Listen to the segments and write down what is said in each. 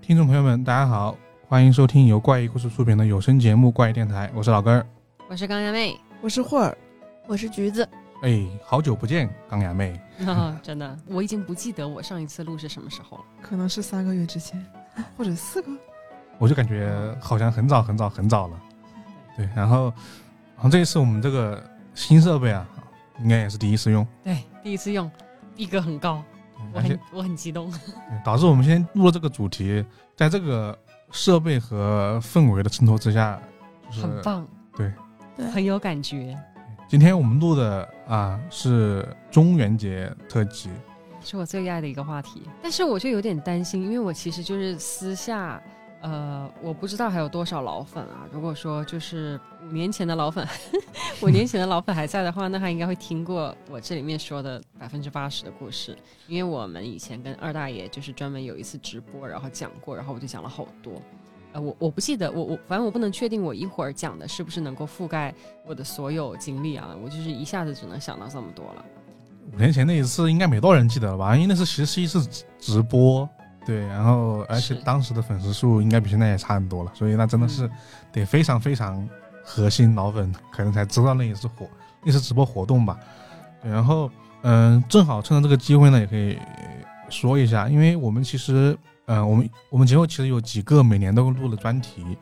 听众朋友们，大家好，欢迎收听由怪异故事出品的有声节目《怪异电台》，我是老根儿。我是钢牙 妹，我是霍尔，我是橘子，哎，好久不见，钢牙妹。啊，真的， 我已经不记得我上一次录是什么时候了。可能是三个月之前， 或者四个。我就感觉好像很早很早很早了。对，然后，然后这一次我们这个新设备啊，应该也是第一次用，对，第一次用，逼格很高，我而且很我很激动。导致我们先录了这个主题，在这个设备和氛围的衬托之下，就是很棒，对对很有感觉，今天我们录的啊是中元节特辑，是我最爱的一个话题。但是我就有点担心，因为我其实就是私下，呃，我不知道还有多少老粉啊。如果说就是五年前的老粉， 五年前的老粉还在的话，那他应该会听过我这里面说的百分之八十的故事，因为我们以前跟二大爷就是专门有一次直播，然后讲过，然后我就讲了好多。呃，我我不记得，我我反正我不能确定我一会儿讲的是不是能够覆盖我的所有经历啊，我就是一下子只能想到这么多了。五年前那一次应该没多少人记得了吧？因为那是其实是一次直直播，对，然后而且是当时的粉丝数应该比现在也差很多了，所以那真的是嗯得非常非常核心老粉可能才知道那一次火那次直播活动吧。对然后嗯、正好趁着这个机会呢，也可以呃说一下，因为我们其实嗯、呃我们我们节目其实有几个每年都录的专题。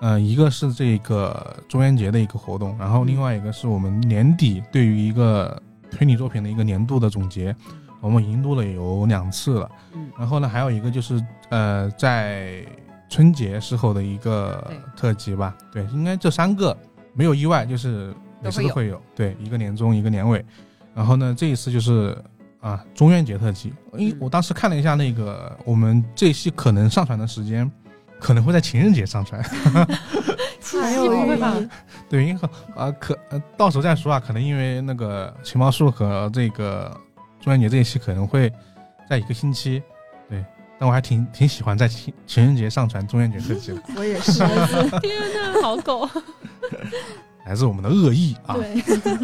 嗯，一个是这个中元节的一个活动，然后另外一个是我们年底对于一个推理作品的一个年度的总结，我们已经录了有两次了。嗯然后呢，还有一个就是呃，在春节时候的一个对特辑吧，对，应该这三个没有意外，就是每次都都会有，对，一个年中，一个年尾。然后呢，这一次就是啊，中元节特辑。因为嗯我当时看了一下那个我们这一期可能上传的时间，可能会在情人节上传。还这有个一会吧个对，因为啊可呃到时候再说啊，可能因为那个情报树和这个中元节这一期可能会在一个星期，对，但我还挺挺喜欢在情情人节上传中元节特辑的，我也是， 天呐，好狗！来自我们的恶意啊。对，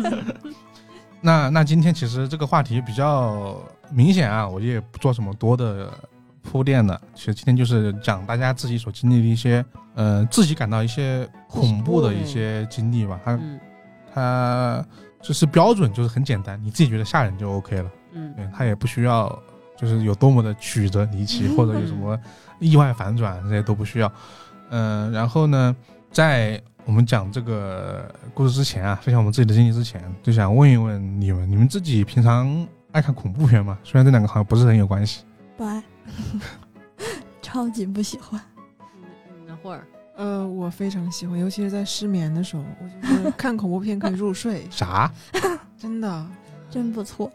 那那今天其实这个话题比较明显啊，我也不做什么多的铺垫了。其实今天就是讲大家自己所经历的一些，呃，自己感到一些恐怖的一些经历吧。它嗯它就是标准就是很简单，你自己觉得吓人就 OK 了。嗯，对，它也不需要就是有多么的曲折离奇，或者有什么意外反转，这些都不需要。嗯、然后呢，在我们讲这个故事之前啊，分享我们自己的经历之前，就想问一问你们，你们自己平常爱看恐怖片吗？虽然这两个好像不是很有关系。，不爱， 超级不喜欢。嗯那会儿呃，我非常喜欢，尤其是在失眠的时候，我就是看恐怖片可以入睡 啥？真的。真不错，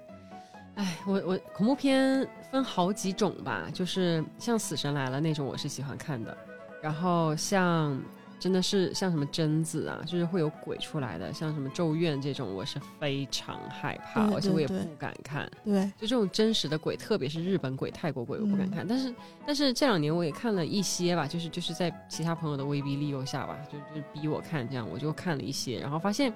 哎，我我恐怖片分好几种吧，就是像《死神来了》那种，我是喜欢看的。然后像真的是像什么贞子啊，就是会有鬼出来的，像什么《咒怨》这种，我是非常害怕，对而且我也对对不敢看。对，就这种真实的鬼，特别是日本鬼、泰国鬼，我嗯不敢看。但是，但是这两年我也看了一些吧，就是就是在其他朋友的威逼利诱下吧，就就是逼我看，这样我就看了一些，然后发现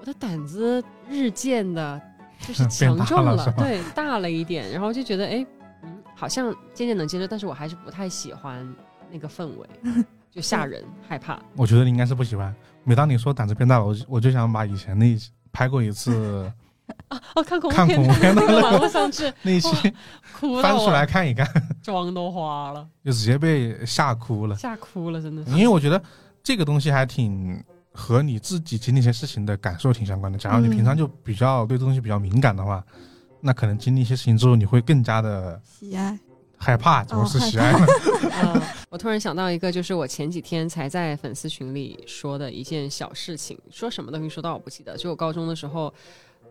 我的胆子日渐的，就是 变强大壮了是吧对，大了一点，然后就觉得哎，嗯，好像渐渐能接受，但是我还是不太喜欢那个氛 围，就吓人、害怕。我觉得你应该是不喜欢。每当你说胆子变大了，我就我就想把以前那一期拍过一次哦，看 恐怖看片，恐怖片的 那个那网个络上去那一期哭翻到出来我看一看，妆都花了，就直接被吓哭了。吓哭了，真的是。因为我觉得这个东西还挺和你自己经历一些事情的感受挺相关的。假如你嗯平常就比较对这东西比较敏感的话，那可能经历一些事情之后，你会更加的喜爱。害怕，怎哦么是喜爱呢？ 啊嗯，我突然想到一个，就是我前几天才在粉丝群里说的一件小事情，说什么东西说到我不记得。就我高中的时候，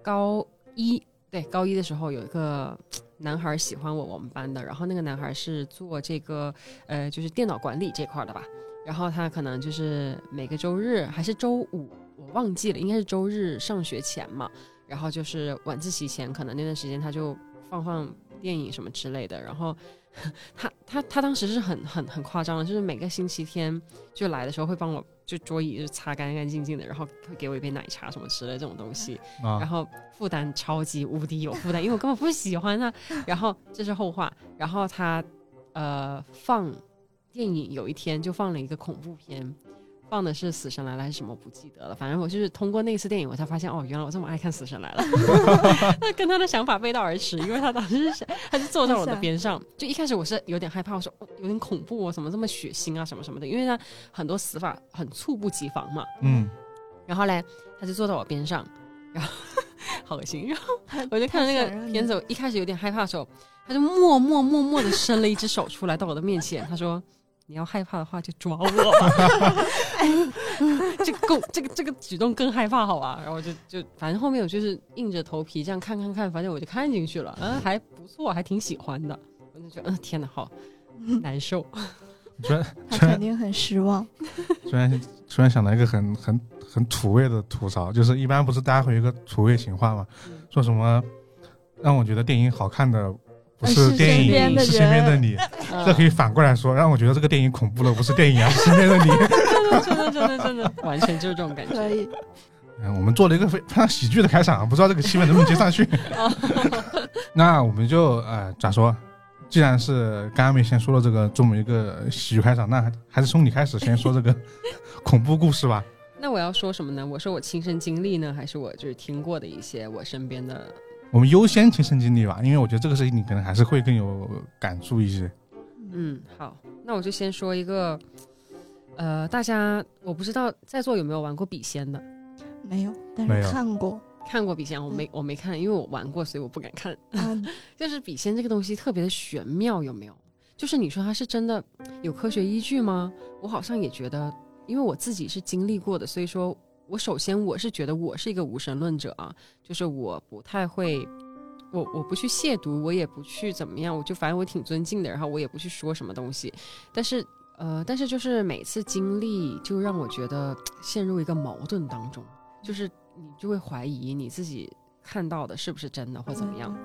高一对高一的时候有一个嘖男孩喜欢我，我们班的，然后那个男孩是做这个呃就是电脑管理这块儿的吧，然后他可能就是每个周日还是周五，我忘记了，应该是周日上学前嘛，然后就是晚自习前，可能那段时间他就放放电影什么之类的，然后。他他他当时是很很很夸张的，就是每个星期天就来的时候会帮我就桌椅就擦干干净净的，然后会给我一杯奶茶什么之类的这种东西，然啊，后负担超级无敌有负担，因为我根本不喜欢他。然后这是后话，然后他呃放电影有一天就放了一个恐怖片，放的是《死神来了》还是什么不记得了，反正我就是通过那次电影我才发现哦，原来我这么爱看《死神来了》， 那跟他的想法背道而驰，因为他当时是他就坐在我的边上，就一开始我是有点害怕，我说、哦、有点恐怖哦，怎么这么血腥啊什么什么的，因为他很多死法很猝不及防嘛，嗯，然后嘞，他就坐在我边上，然后 好恶心。然后我就看着那个片子，我一开始有点害怕的时候，他就默默默默的伸了一只手出来到我的面前，他说：“你要害怕的话就抓我 吧。这个够，这个这个举动更害怕好吧？然后就就反正后面我就是硬着头皮这样看看看，反正我就看进去了，嗯，还不错，还挺喜欢的。我就觉得，嗯，天哪，好难受。突然他突然肯定很失望。突然突然想到一个很很很土味的吐槽，就是一般不是大家会有一个土味情话嘛，嗯说什么让我觉得电影好看的不呃是身电边影，的是身边的人你。嗯 这可以反过来说，让我觉得这个电影恐怖的不是电影啊，是身边的你。真的真的真的，完全就是这种感可觉。以，嗯，我们做了一个非 非常喜剧的开场啊，不知道这个气氛能不能接上 去。那我们就呃咋说？既然是刚刚没先说了这个这么一个喜剧开场，那还还是从你开始先说这个 恐怖故事吧。那我要说什么呢？我说我亲身经历呢，还是我就是听过的一些我身边的我们优先亲身经历吧，因为我觉得这个事情你可能还是会更有感触一些。嗯，好，那我就先说一个，呃，大家我不知道在座有没有玩过笔仙的，没有，但没是有 看过看过笔仙，我没我没看，因为我玩过，所以我不敢看。啊，就是笔仙这个东西特别的玄妙，有没有？就是你说它是真的有科学依据吗？我好像也觉得，因为我自己是经历过的，所以说我首先我是觉得我是一个无神论者啊，就是我不太会，我我不去亵渎，我也不去怎么样，我就反正我挺尊敬的，然后我也不去说什么东西，但是。呃，但是就是每次经历，就让我觉得陷入一个矛盾当中，就是你就会怀疑你自己看到的是不是真的，或怎么样。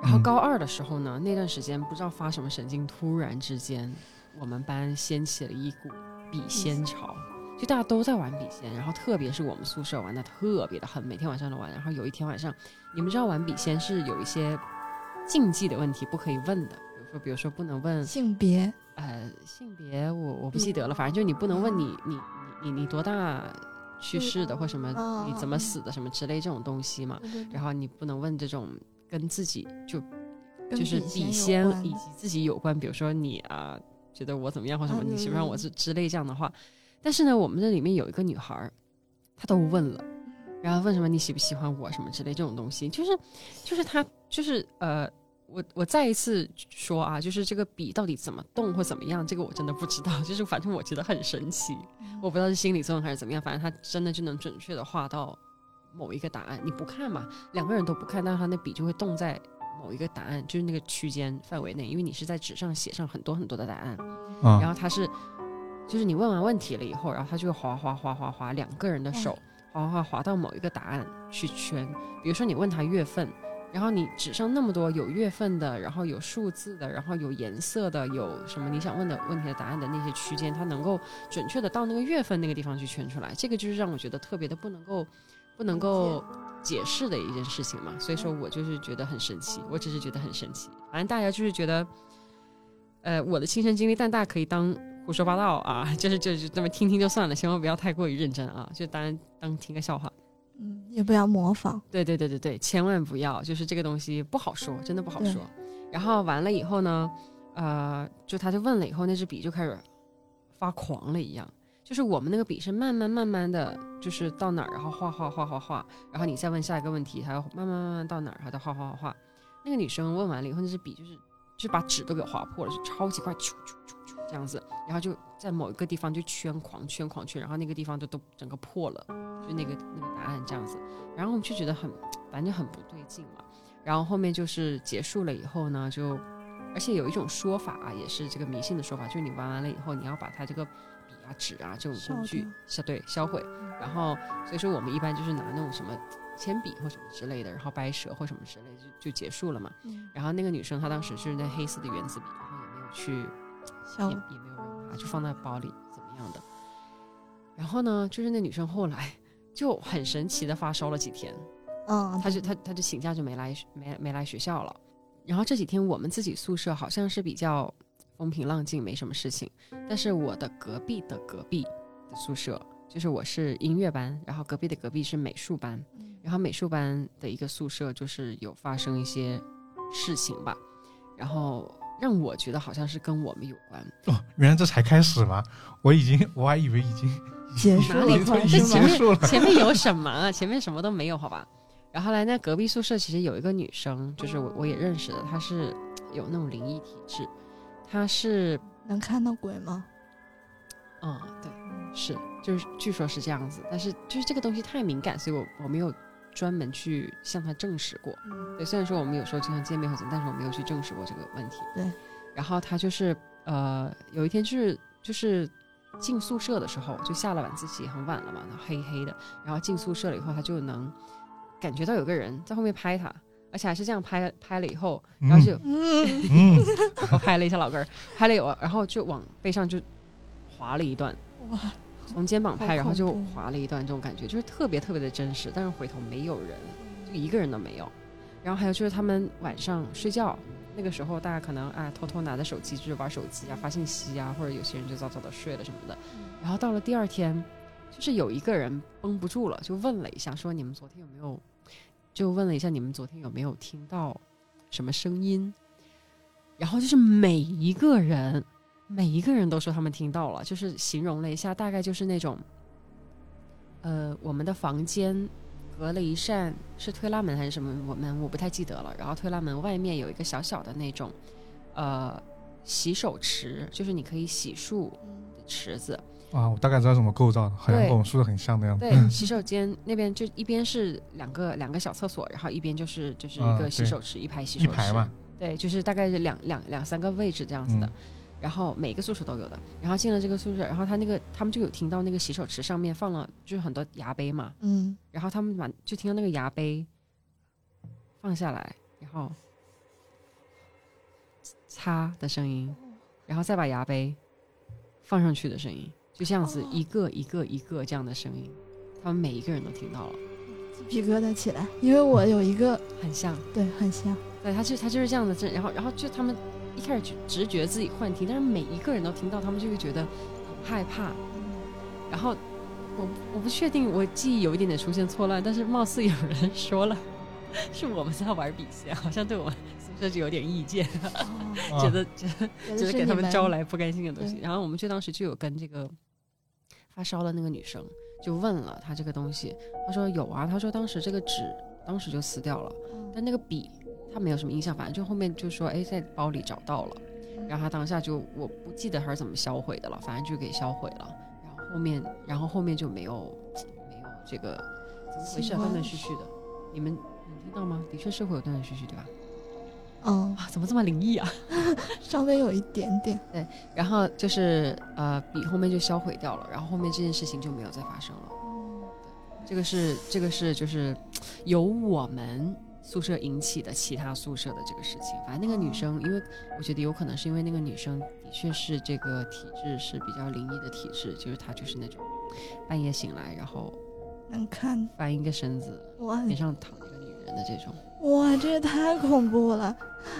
然后嗯高二的时候呢，那段时间不知道发什么神经，突然之间，我们班掀起了一股笔嗯仙潮，就大家都在玩笔仙，然后特别是我们宿舍玩的特别的狠，每天晚上都玩。然后有一天晚上，你们知道玩笔仙是有一些禁忌的问题不可以问的，比如说比如说不能问性别呃性别我，我不记得了，反正就你不能问你你你你你多大去世的或什么嗯嗯，你怎么死的什么之类这种东西嘛。啊然后你不能问这种跟自己就跟就是笔笔仙有关以及自己有关，比如说你啊，觉得我怎么样或什么，啊你喜不喜欢我嗯之之类这样的话。但是呢，我们这里面有一个女孩儿，她都问了，然后问什么你喜不喜欢我什么之类这种东西，就是就是她就是呃。我我再一次说啊，就是这个笔到底怎么动或怎么样，这个我真的不知道。 就是反正我觉得很神奇，嗯我不知道是心理作用还是怎么样，反正他真的就能准确的画到某一个答案。你不看嘛，两个人都不看，但是他那笔就会动在某一个答案，就是那个区间范围内，因为你是在纸上写上很多很多的答案，啊、然后他是，就是你问完问题了以后，然后他就会划划划划划两个人的手，划划划到某一个答案去圈。比如说你问他月份，然后你纸上那么多有月份的，然后有数字的，然后有颜色的，有什么你想问的问题的答案的那些区间，他能够准确的到那个月份那个地方去圈出来，这个就是让我觉得特别的不能够不能够解释的一件事情嘛。所以说我就是觉得很神奇，我只是觉得很神奇。反正大家就是觉得，呃，我的亲身经历，但大家可以当胡说八道啊， 就是就是这么听听就算了，千万不要太过于认真啊，就当然当听个笑话。嗯，也不要模仿，对对对对对，千万不要，就是这个东西不好说，真的不好对说。然后完了以后呢，呃，就他就问了以后，那支笔就开始发狂了一样。就是我们那个笔是慢慢慢慢的就是到哪儿，然后画画画画画，然后你再问下一个问题，它要慢慢慢慢到哪儿，然后再画画画画。那个女生问完了以后，那支笔就是就是把纸都给划破了，就超级快，啾啾啾啾这样子，然后就在某一个地方就圈狂圈狂圈，然后那个地方就都整个破了，就那个那个答案这样子。然后我们就觉得很，反正很不对劲嘛。然后后面就是结束了以后呢，就而且有一种说法啊，也是这个迷信的说法，就是你玩完了以后，你要把它这个笔啊、纸啊这种烧工具掉销对销毁。然后所以说我们一般就是拿那种什么铅笔或什么之类的，然后掰折或什么之类的就就结束了嘛。嗯然后那个女生她当时是那黑色的原子笔，然后也没有去小也也没有扔它，就放在包里怎么样的。然后呢，就是那女生后来就很神奇的发烧了几天，嗯，她就她她就请假就没来没没来学校了。然后这几天我们自己宿舍好像是比较风平浪静，没什么事情。但是我的隔壁的隔壁的宿舍，就是我是音乐班，然后隔壁的隔壁是美术班，然后美术班的一个宿舍就是有发生一些事情吧，然后让我觉得好像是跟我们有关，哦，原来这才开始吗？我已经我还以为已经结束哪了里已快经这前是结吗？束了。前面有什么 啊？前面什么都没有，好吧。然后后来呢，隔壁宿舍其实有一个女生，就是我我也认识的，她是有那种灵异体质，她是能看到鬼吗？嗯，对，是就是据说是这样子，但是就是这个东西太敏感，所以我我没有专门去向她证实过。对，虽然说我们有时候经常见面或者，但是我没有去证实过这个问题。对，然后他就是呃，有一天就是就是进宿舍的时候，就下了晚自习，很晚了嘛，然后黑黑的，然后进宿舍了以后，他就能感觉到有个人在后面拍他，而且还是这样拍拍了以后，然后就、嗯，嗯，我拍了一下老根儿，拍了我，然后就往背上就划了一段，哇，从肩膀拍，好然后就恐怖划了一段，这种感觉就是特别特别的真实，但是回头没有人，嗯就一个人都没有。然后还有就是他们晚上睡觉那个时候，大家可能啊偷偷拿着手机就是玩手机啊、发信息啊，或者有些人就早早的睡了什么的。嗯然后到了第二天，就是有一个人绷不住了，就问了一下，说你们昨天有没有？就问了一下你们昨天有没有听到什么声音？然后就是每一个人，每一个人都说他们听到了，就是形容了一下，大概就是那种，呃，我们的房间隔了一扇是推拉门还是什么我们我不太记得了。然后推拉门外面有一个小小的那种，呃，洗手池，就是你可以洗漱的池子。啊，我大概知道怎么构造的，好像对跟我们说的很像那样子。对，洗手间那边就一边是两个两个小厕所，然后一边就是就是一啊个洗对手池，一排洗手 一池，排嘛，对，就是大概是两两两三个位置这样子的。嗯然后每个宿舍都有的，然后进了这个宿舍，然后他那个他们就有听到那个洗手池上面放了就是很多牙杯嘛，嗯，然后他们把就听到那个牙杯放下来，然后擦的声音，然后再把牙杯放上去的声音，就这样子哦一个一个一个这样的声音，他们每一个人都听到了，鸡皮疙瘩起来，因为我有一个，很像。对，很像，对，他就他就是这样的，这然后然后就他们一开始就直觉自己幻听，但是每一个人都听到，他们就会觉得很害怕。嗯然后我我不确定，我记忆有一点点出现错乱，但是貌似有人说了，是我们在玩笔仙，好像对我们宿舍就有点意见， 哦啊觉得觉觉得得觉得是给你他们们招来不甘心的东西。对然后我们就当时就有跟这个发烧的那个女生就问了她这个东西，她说有啊，她说当时这个纸当时就撕掉了。嗯，但那个笔他没有什么印象，反正就后面就说，哎，在包里找到了，然后他当下就我不记得他是怎么销毁的了，反正就给销毁了。然后后面，然后后面就没有没有这个怎么回事，情断况断续续的。你们能听到吗？的确是会有断断续续，对吧？嗯，啊，怎么这么灵异啊？稍微有一点点， 然后就是呃，笔后面就销毁掉了，然后后面这件事情就没有再发生了。嗯这个是这个是就是由我们宿舍引起的其他宿舍的这个事情。反正那个女生，因为我觉得有可能是因为那个女生的确是这个体质是比较灵异的体质，就是她就是那种半夜醒来，然后能看，翻一个身子，哇脸上躺一个女人的这种，哇，这也太恐怖了，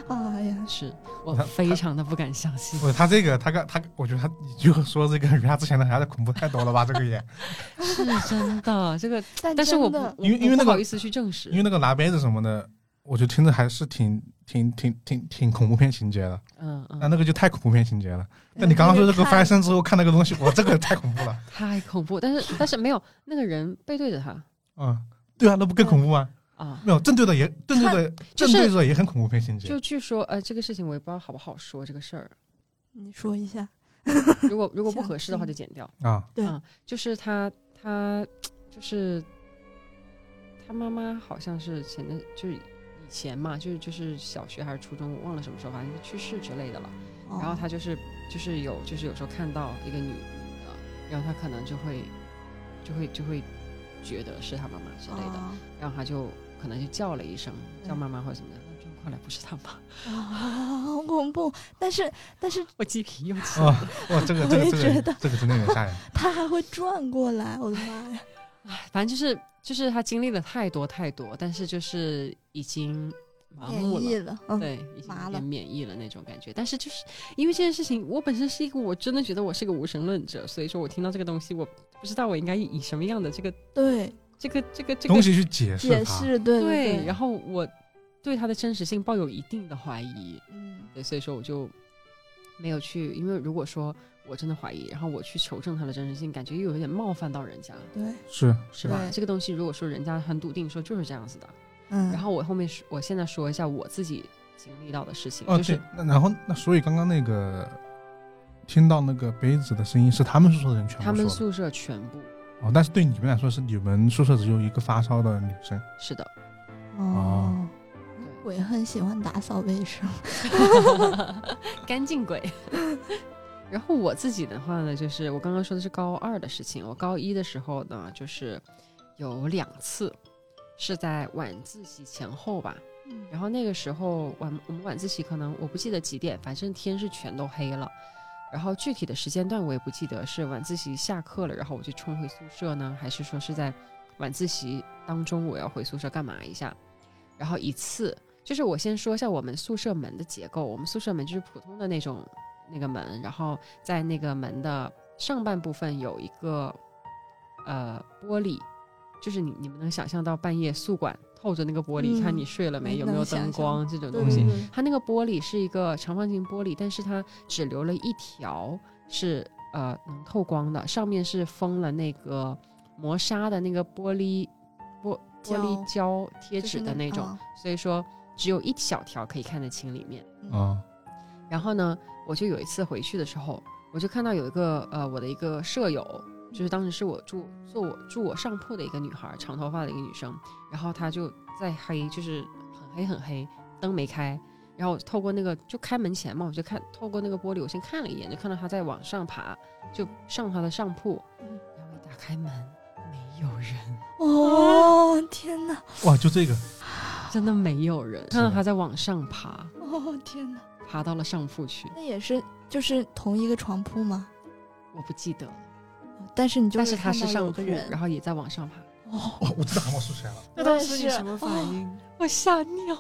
哎呀，是我她她非常的不敢相信。 不，他这个，他刚他，我觉得他你就说这个比他之前的还要恐怖太多了吧？这个也，是真的，这个，但但是我 真不，的我因为因为我那不个好意思去证实因，为那个拿杯子什么的，我觉得听着还是挺挺挺挺挺恐怖片情节的。嗯那嗯，那个就太恐怖片情节了。那你刚刚说这哎个翻身之后看那个东西，我这个太恐怖 了。太恐怖，但是但是没有那个人背对着她嗯，对啊，那不更恐怖吗？啊，没有，正对着也正对着就正是对着也很恐怖片情节就。据说呃这个事情我也不知道好不好说这个事儿，你说一下，如果如果不想合适的话听就剪掉。啊，对嗯，就是他他就是他妈妈好像是前段就是以前嘛，就是就是小学还是初中，我忘了什么时候，反正就去世之类的了。哦然后他就是就是有就是有时候看到一个女女的，然后他可能就会就会就会觉得是他妈妈之类的，哦然后他就可能就叫了一声叫嗯妈妈或者怎么样，但转过来不是他妈， 啊，好恐怖！但是但是我鸡皮又起来了。哦，哇，这个这个我也这觉个得这个真的有点吓人。他还会转过来，我的妈呀！唉，反正就是就是他经历了太多太多，但是就是已经麻免木疫了。了，嗯，对，已经麻有了点免疫了那种感觉，但是就是因为这件事情，我本身是一个，我真的觉得我是个无神论者，所以说我听到这个东西，我不知道我应该以什么样的这个对，这个这个这个东西去解释解它。释，对对，对，然后我对它的真实性抱有一定的怀疑，嗯，对，所以说我就没有去，因为如果说我真的怀疑，然后我去求证它的真实性，感觉又有点冒犯到人家，对，是是吧？对这个东西如果说人家很笃定说就是这样子的，嗯，然后我后面说我现在说一下我自己经历到的事情，哦，就是对，那然后那所以刚刚那个听到那个杯子的声音是他们宿舍的人全他部们说的宿舍全部哦，但是对你们来说是你们宿舍只有一个发烧的女生，是的，哦哦，我也很喜欢打扫卫生， 干净鬼。然后我自己的话呢，就是我刚刚说的是高二的事情，我高一的时候呢，就是有两次是在晚自习前后吧。嗯然后那个时候晚我们晚自习可能我不记得几点，反正天是全都黑了。然后具体的时间段我也不记得，是晚自习下课了，然后我就冲回宿舍呢，还是说是在晚自习当中我要回宿舍干嘛一下？然后一次就是我先说一下我们宿舍门的结构，我们宿舍门就是普通的那种那个门，然后在那个门的上半部分有一个呃玻璃，就是你你们能想象到半夜宿管透着那个玻璃、嗯看你睡了没，能有没有能想灯象光这种对东嗯对西。对，它那个玻璃是一个长方形玻璃，但是它只留了一条是呃能透光的，上面是封了那个磨砂的那个玻璃玻玻璃胶贴就纸是嗯的那种，，所以说只有一小条可以看得清里面。啊，啊、然后呢，我就有一次回去的时候，我就看到有一个呃我的一个舍友，就是当时是我住坐我住我上铺的一个女孩，长头发的一个女生，然后她就在黑，就是很黑很黑，灯没开。然后我透过那个就开门前嘛，我就看透过那个玻璃，我先看了一眼，就看到她在往上爬，就上她的上铺。嗯然后一打开门，没有人，哦，天哪，哇，就这个真的没有 人。看到她在往上爬，哦，天哪，爬到了上铺去，那也是就是同一个床铺吗？我不记得了，但是你就但是会她看是到上有铺个，人，然后也在往上爬。 哦，哇，我知道我是谁了。那我也当时你是什么反哦应？我吓尿了。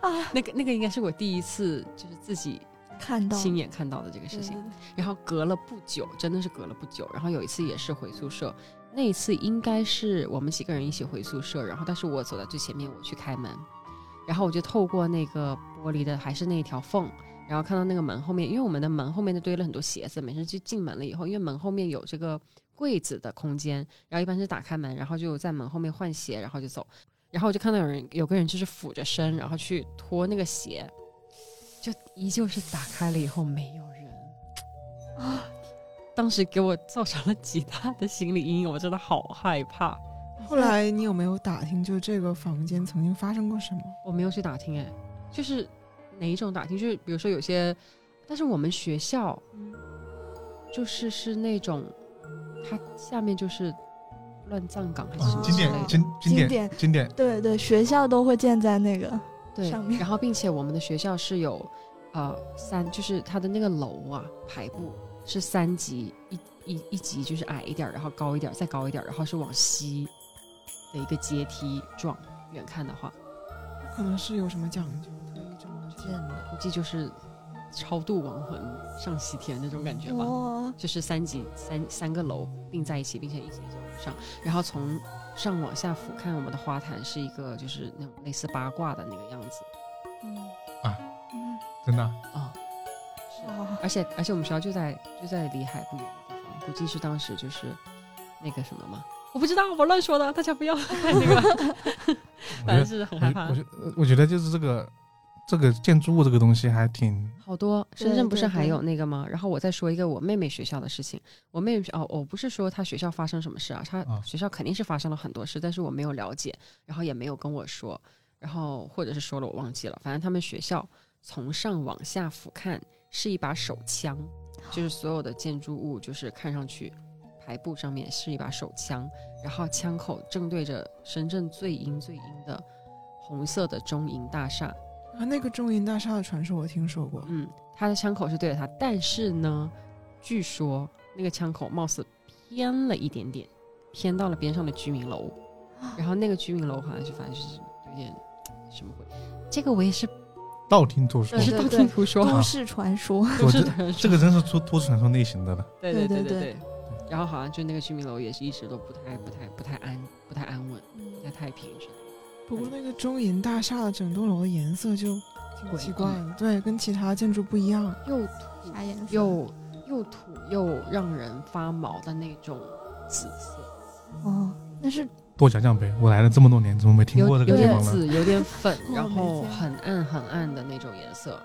啊，那个那个应该是我第一次就是自己看到亲眼看到的这个对事情。对对然后隔了不久，真的是隔了不久。然后有一次也是回宿舍，那一次应该是我们几个人一起回宿舍，然后但是我走到最前面，我去开门，然后我就透过那个玻璃的还是那一条缝。然后看到那个门后面，因为我们的门后面就堆了很多鞋子，每次去进门了以后，因为门后面有这个柜子的空间，然后一般是打开门，然后就在门后面换鞋，然后就走。然后我就看到有人有个人就是俯着身，然后去脱那个鞋，就依旧是打开了以后没有人。啊，当时给我造成了极大的心理阴影，我真的好害怕。 后来你有没有打听，就这个房间曾经发生过什么？我没有去打听，哎，就是哪一种打听？就是比如说有些，但是我们学校就是是那种，它下面就是乱葬岗还是什么哦经之类典的，经经经典典经典，对对，学校都会建在那个，对上。面然后并且我们的学校是有，呃，三就是它的那个楼啊排布嗯是三级，一一一级就是矮一点儿，然后高一点儿，再高一点儿，然后是往西的一个阶梯状。远看的话，可能是有什么讲究，特意这么建的。估计就是超度亡魂上西天那种感觉吧。哇，就是三级三三个楼并在一起，并且一级一级往上，然后从上往下俯瞰我们的花坛是一个就是那种类似八卦的那个样子嗯啊嗯，哦真 的啊啊、是，哇，而且而且我们学校就在就在离海不远的地方，估计是当时就是那个什么嘛，我不知道，我乱说的，大家不要太那 个，我 觉得反正是很害怕我。觉得我觉得就是这个这个建筑物这个东西还挺好多对深圳不是对还对有那个吗？然后我再说一个我妹妹学校的事情。我妹妹哦，我不是说她学校发生什么事啊，她啊学校肯定是发生了很多事，但是我没有了解，然后也没有跟我说，然后或者是说了我忘记了。反正他们学校从上往下俯瞰是一把手枪，就是所有的建筑物就是看上去排布上面是一把手枪，然后枪口正对着深圳最阴最阴的红色的中银大厦。啊，那个中银大厦的传说我听说过，嗯，他的枪口是对着他，但是呢，据说那个枪口貌似偏了一点点，偏到了边上的居民楼，然后那个居民楼好像就反正就是有点什么鬼？这个我也是，道听途说我，是对道对听途说，都市传说，我是这的，这个真是出都市传说类型的了。对对对对对。然后好像就那个居民楼也是一直都不太不太不太安不太安稳， 不太太平之类的。不过那个中银大厦的整栋楼的颜色就挺奇怪的，对，跟其他建筑不一样。又啥颜色？又又土又让人发毛的那种紫色，哦，那是多讲讲呗，我来了这么多年，怎么没听有过这有个地点方呢？紫，有点粉，我然哦没后见很暗很暗的那种颜色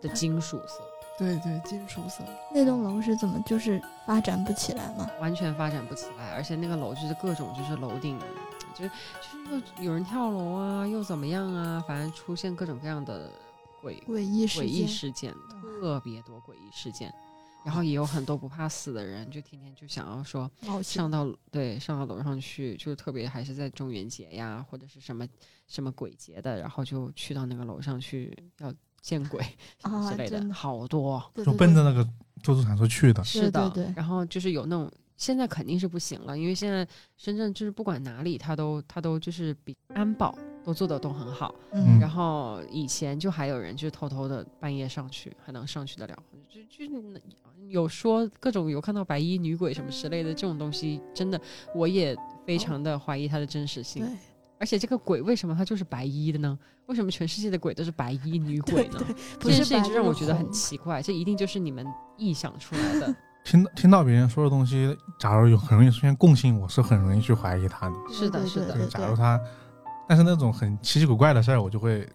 对的金属色，对对，金属色。那栋楼是怎么就是发展不起来嘛？完全发展不起来。而且那个楼就是各种就是楼顶，就就是又有人跳楼啊，又怎么样啊，反正出现各种各样的鬼诡诡异事异件，嗯事件，特别多诡异事件。然后也有很多不怕死的人，就天天就想要说冒险上到对上到楼上去，就是特别还是在中元节呀或者是什么什么鬼节的，然后就去到那个楼上去要见鬼啊之，类的，真的，好多。对就对奔着那对个都市传说去的。是的，对对然后就是有那种，现在肯定是不行了，因为现在深圳就是不管哪里，它都它都就是比安保都做的都很好。嗯然后以前就还有人就是偷偷的半夜上去，还能上去得了，就就有说各种有看到白衣女鬼什么之类的这种东西，真的我也非常的怀疑它的真实性。对而且这个鬼为什么它就是白衣的呢？为什么全世界的鬼都是白衣女鬼呢？不这是件事情白就让我就是觉得很红奇怪，这一定就是你们臆想出来的。听听到别人说的东西，假如有很容易出现共性，我是很容易去怀疑他的。对是的对是的对对，对假如他，但是那种很奇奇怪怪的事儿，我就会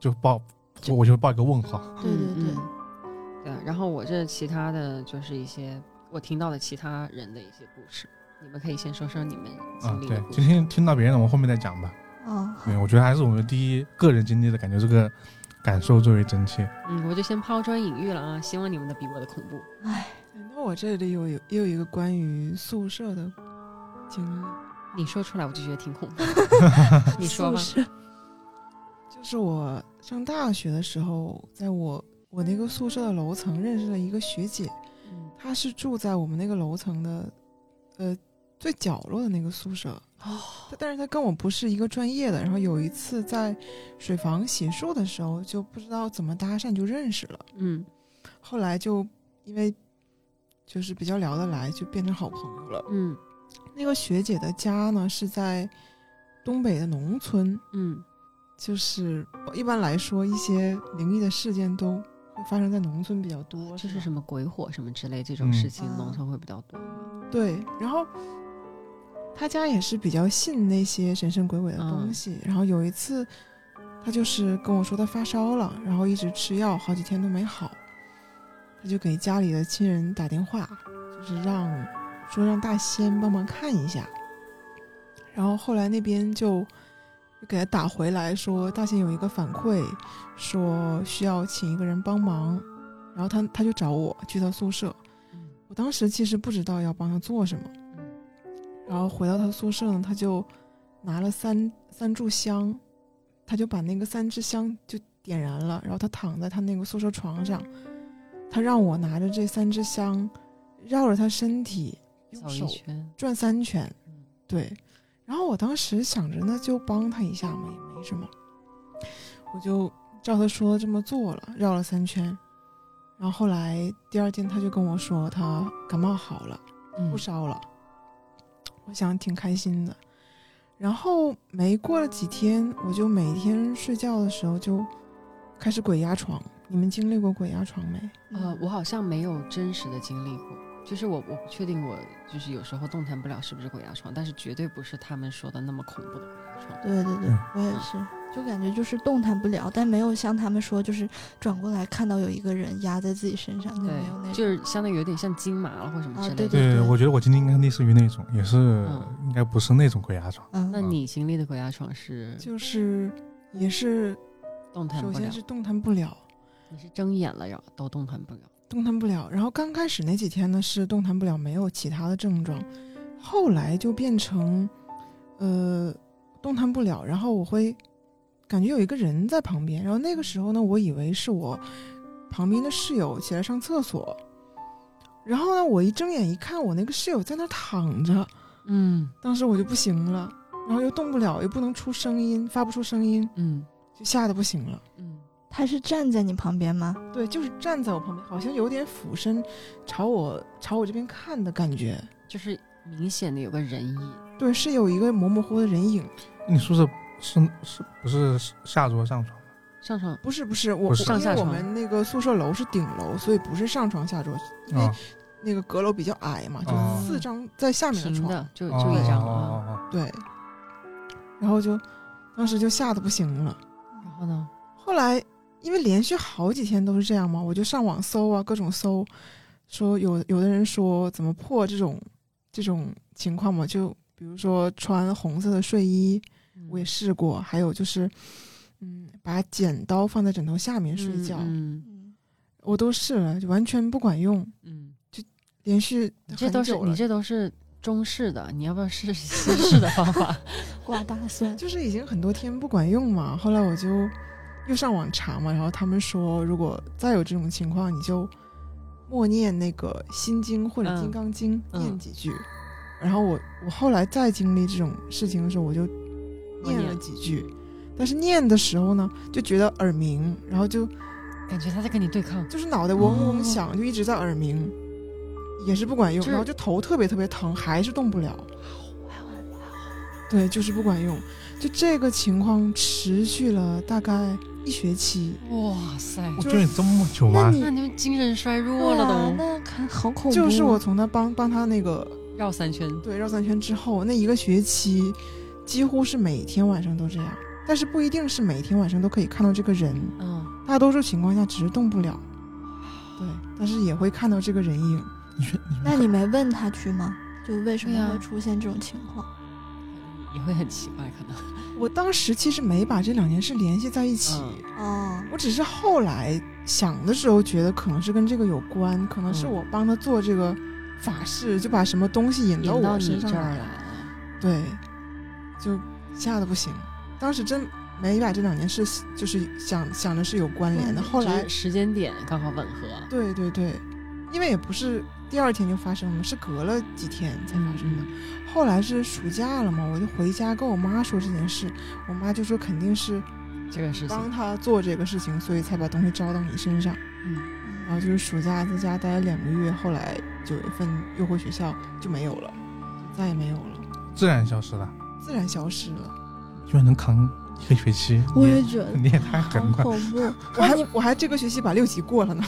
就报，我我就会报一个问号。 对对对嗯嗯对。然后我这其他的就是一些我听到的其他人的一些故事，你们可以先说说你们啊经，历对的，故今事。天听到别人的，我们后面再讲吧。哦，对，我觉得还是我们第一个人经历的感觉，这个感受最为真切。嗯，我就先抛砖引玉了啊，希望你们的比我的恐怖。哎，那我这里有有也有一个关于宿舍的经历，你说出来我就觉得挺恐怖。 你说吧。宿舍就是我上大学的时候，在我我那个宿舍的楼层认识了一个学姐，嗯她是住在我们那个楼层的，呃，最角落的那个宿舍。哦，她但是她跟我不是一个专业的，然后有一次在水房洗漱的时候，就不知道怎么搭讪就认识了，嗯后来就因为就是比较聊得来，就变成好朋友了。嗯那个学姐的家呢是在东北的农村，嗯就是一般来说，一些灵异的事件都会发生在农村比较多。啊就是吧什么鬼火什么之类这种事情，嗯农村会比较多。对，然后他家也是比较信那些神神鬼鬼的东西。然后有一次，他就是跟我说他发烧了，然后一直吃药，好几天都没好。他就给家里的亲人打电话，就是让说让大仙帮忙看一下。然后后来那边就给他打回来说，大仙有一个反馈，说需要请一个人帮忙。然后他他就找我去他宿舍，嗯我当时其实不知道要帮他做什么，嗯然后回到他宿舍呢，他就拿了三三炷香，他就把那个三支香就点燃了，然后他躺在他那个宿舍床上，嗯他让我拿着这三支香绕着他身体用走一手圈。转三圈，嗯对，然后我当时想着那就帮他一下嘛，也没什么，我就照他说的这么做了，绕了三圈。然后后来第二天他就跟我说他感冒好了，嗯不烧了，我想挺开心的。然后没过了几天，我就每天睡觉的时候就开始鬼压床。你们经历过鬼压床没？嗯呃，我好像没有真实的经历过，就是我我不确定我就是有时候动弹不了是不是鬼压床，但是绝对不是他们说的那么恐怖的鬼压床。对对对，嗯我也是，就感觉就是动弹不了，但没有像他们说就是转过来看到有一个人压在自己身上，就嗯没有对，那种。就是相当于有点像筋麻了或什么啊之类的。对对我觉得我经历应该类似于那种，也是、嗯应该不是那种鬼压床。嗯，那你经历的鬼压床是就是也是，动弹首不了先，是动弹不了，你是睁眼了呀都动弹不了。动弹不了。然后刚开始那几天呢是动弹不了，没有其他的症状，后来就变成，呃，动弹不了。然后我会感觉有一个人在旁边，然后那个时候呢，我以为是我旁边的室友起来上厕所，然后呢，我一睁眼一看，我那个室友在那躺着，嗯，当时我就不行了，然后又动不了，又不能出声音，发不出声音，嗯就吓得不行了。嗯他是站在你旁边吗？对，就是站在我旁边，好像有点俯身朝我朝我这边看的感觉。就是明显的有个人影，对，是有一个模模糊糊的人影。你宿舍是是不是下桌上床？上床不是不是，我不是我上因下为我床们那个宿舍楼是顶楼，所以不是上床下桌，因为啊，那个阁楼比较矮嘛，就哦四张在下面的平床。的就就哦一张啊。哦对，然后就当时就吓得不行了。然后呢？后来因为连续好几天都是这样嘛，我就上网搜啊，各种搜，说有有的人说怎么破这种这种情况嘛，就比如说穿红色的睡衣，嗯我也试过，还有就是。嗯，把剪刀放在枕头下面睡觉，嗯嗯，我都试了，就完全不管用。嗯，连续你这很都是久了，你这都是中式的，你要不要试试西式的方法？挂大蒜，就是已经很多天不管用嘛。后来我就又上网查嘛，然后他们说，如果再有这种情况，你就默念那个心经或者嗯金刚经、嗯念几句。然后我我后来再经历这种事情的时候，我就默念念了几句，但是念的时候呢，就觉得耳鸣，然后就感觉他在跟你对抗，就是脑袋嗡哦嗡响，就一直在耳鸣，也是不管用就，是然后就头特别特别疼，还是动不了。对，就是不管用。就这个情况持续了大概一学期，哇塞！我追你这么久吗？那你那你们精神衰弱对了啊，都，那看好恐怖。啊就是我从他帮帮他那个绕三圈。对绕三圈之后，那一个学期几乎是每天晚上都这样，但是不一定是每天晚上都可以看到这个人，嗯，大多数情况下只是动不了，对，但是也会看到这个人影。你去你那你没问他去吗？就为什对么啊会出现这种情况？也会很奇怪，可能。我当时其实没把这两件事联系在一起，嗯哦，我只是后来想的时候觉得可能是跟这个有关，可能是嗯我帮他做这个法事，就把什么东西引到引到我你身上这儿来了。来了，对，就吓得不行。当时真没把这两件事就是想想着是有关联的。嗯后来只是，时间点刚好吻合。对对对，因为也不是第二天就发生了，是隔了几天才发生的。嗯后来是暑假了嘛，我就回家跟我妈说这件事，我妈就说肯定是嗯这个事帮情，他做这个事情，所以才把东西招到你身上。嗯，然后就是暑假在家待了两个月，后来九月份又回学校就没有了，就再也没有了，自然消失的，自然消失了。居然能扛一个学期，我你也也觉得你也太狠好了。恐怖。我还我还这个学期把六级过了呢。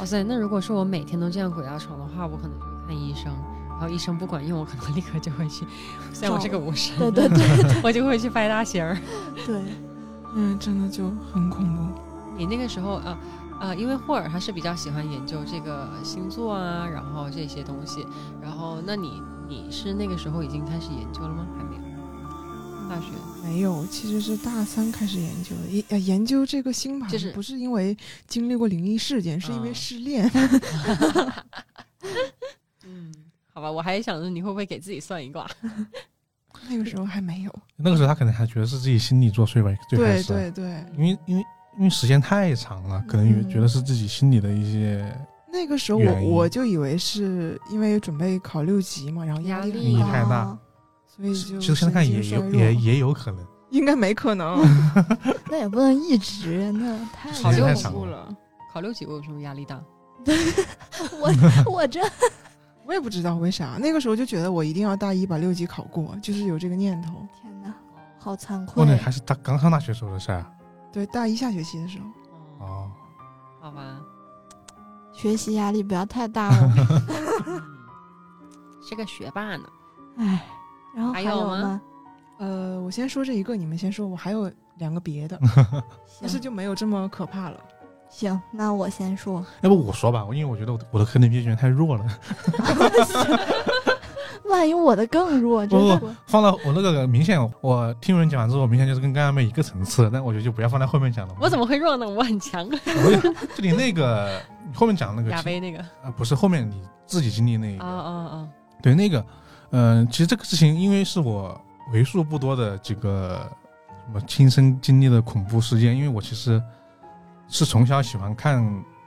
哇塞！那如果说我每天都这样鬼压床的话，我可能就会看医生，然后医生不管用，我可能立刻就会去。 虽然我是个无神，对对对 我就会去掰大弦儿。对， 嗯，真的就很恐怖。你那个时候啊啊、因为霍尔他是比较喜欢研究这个星座啊，然后这些东西，然后那你你是那个时候已经开始研究了吗？还没有，大学没有，其实是大三开始研究的，研呃研究这个星盘，就是不是因为经历过灵异事件，是因为嗯失恋。 嗯，好吧，我还想着你会不会给自己算一卦，那个时候还没 有。那个时候他可能还觉得是自己心理作祟吧，最开对始，对对，因为因为因为时间太长了，可能也嗯觉得是自己心里的一些那个时候原我因我就以为是因为准备考六级嘛，然后压力力很太大，大哦所以其嗯就实现在看也神经有衰弱也也有可能，应该没可能，那也不能一直，那太时好间就太恐长怖了。了。考六级我有什么压力大？我我这我也不知道为啥，那个时候就觉得我一定要大一把六级考过，就是有这个念头。天哪，好惭或愧者。还是他刚上大学时候的事儿啊对，大一下学期的时候，哦，哦，好吧，学习压力不要太大哦。嗯是个学霸呢。哎，然后还还有吗吗？呃，我先说这一个，你们先说，我还有两个 别的，但是行就没有这么可怕了。 行，那我先说。 要不我说吧，因为我觉得我的我的科能边缘太弱了，万一我的更弱，真不的放到我那个明显我听人讲完之后，明显就是跟刚刚妹一个层次，但我觉得就不要放在后面讲了。我怎么会弱呢？我很强，啊 我也就 你那个你后面讲那个亚其飞那个啊，不是后面你自己经历那啊个，啊啊！对那个，嗯、其实这个事情因为是我为数不多的这个什么亲身经历的恐怖事件，因为我其实是从小喜欢看，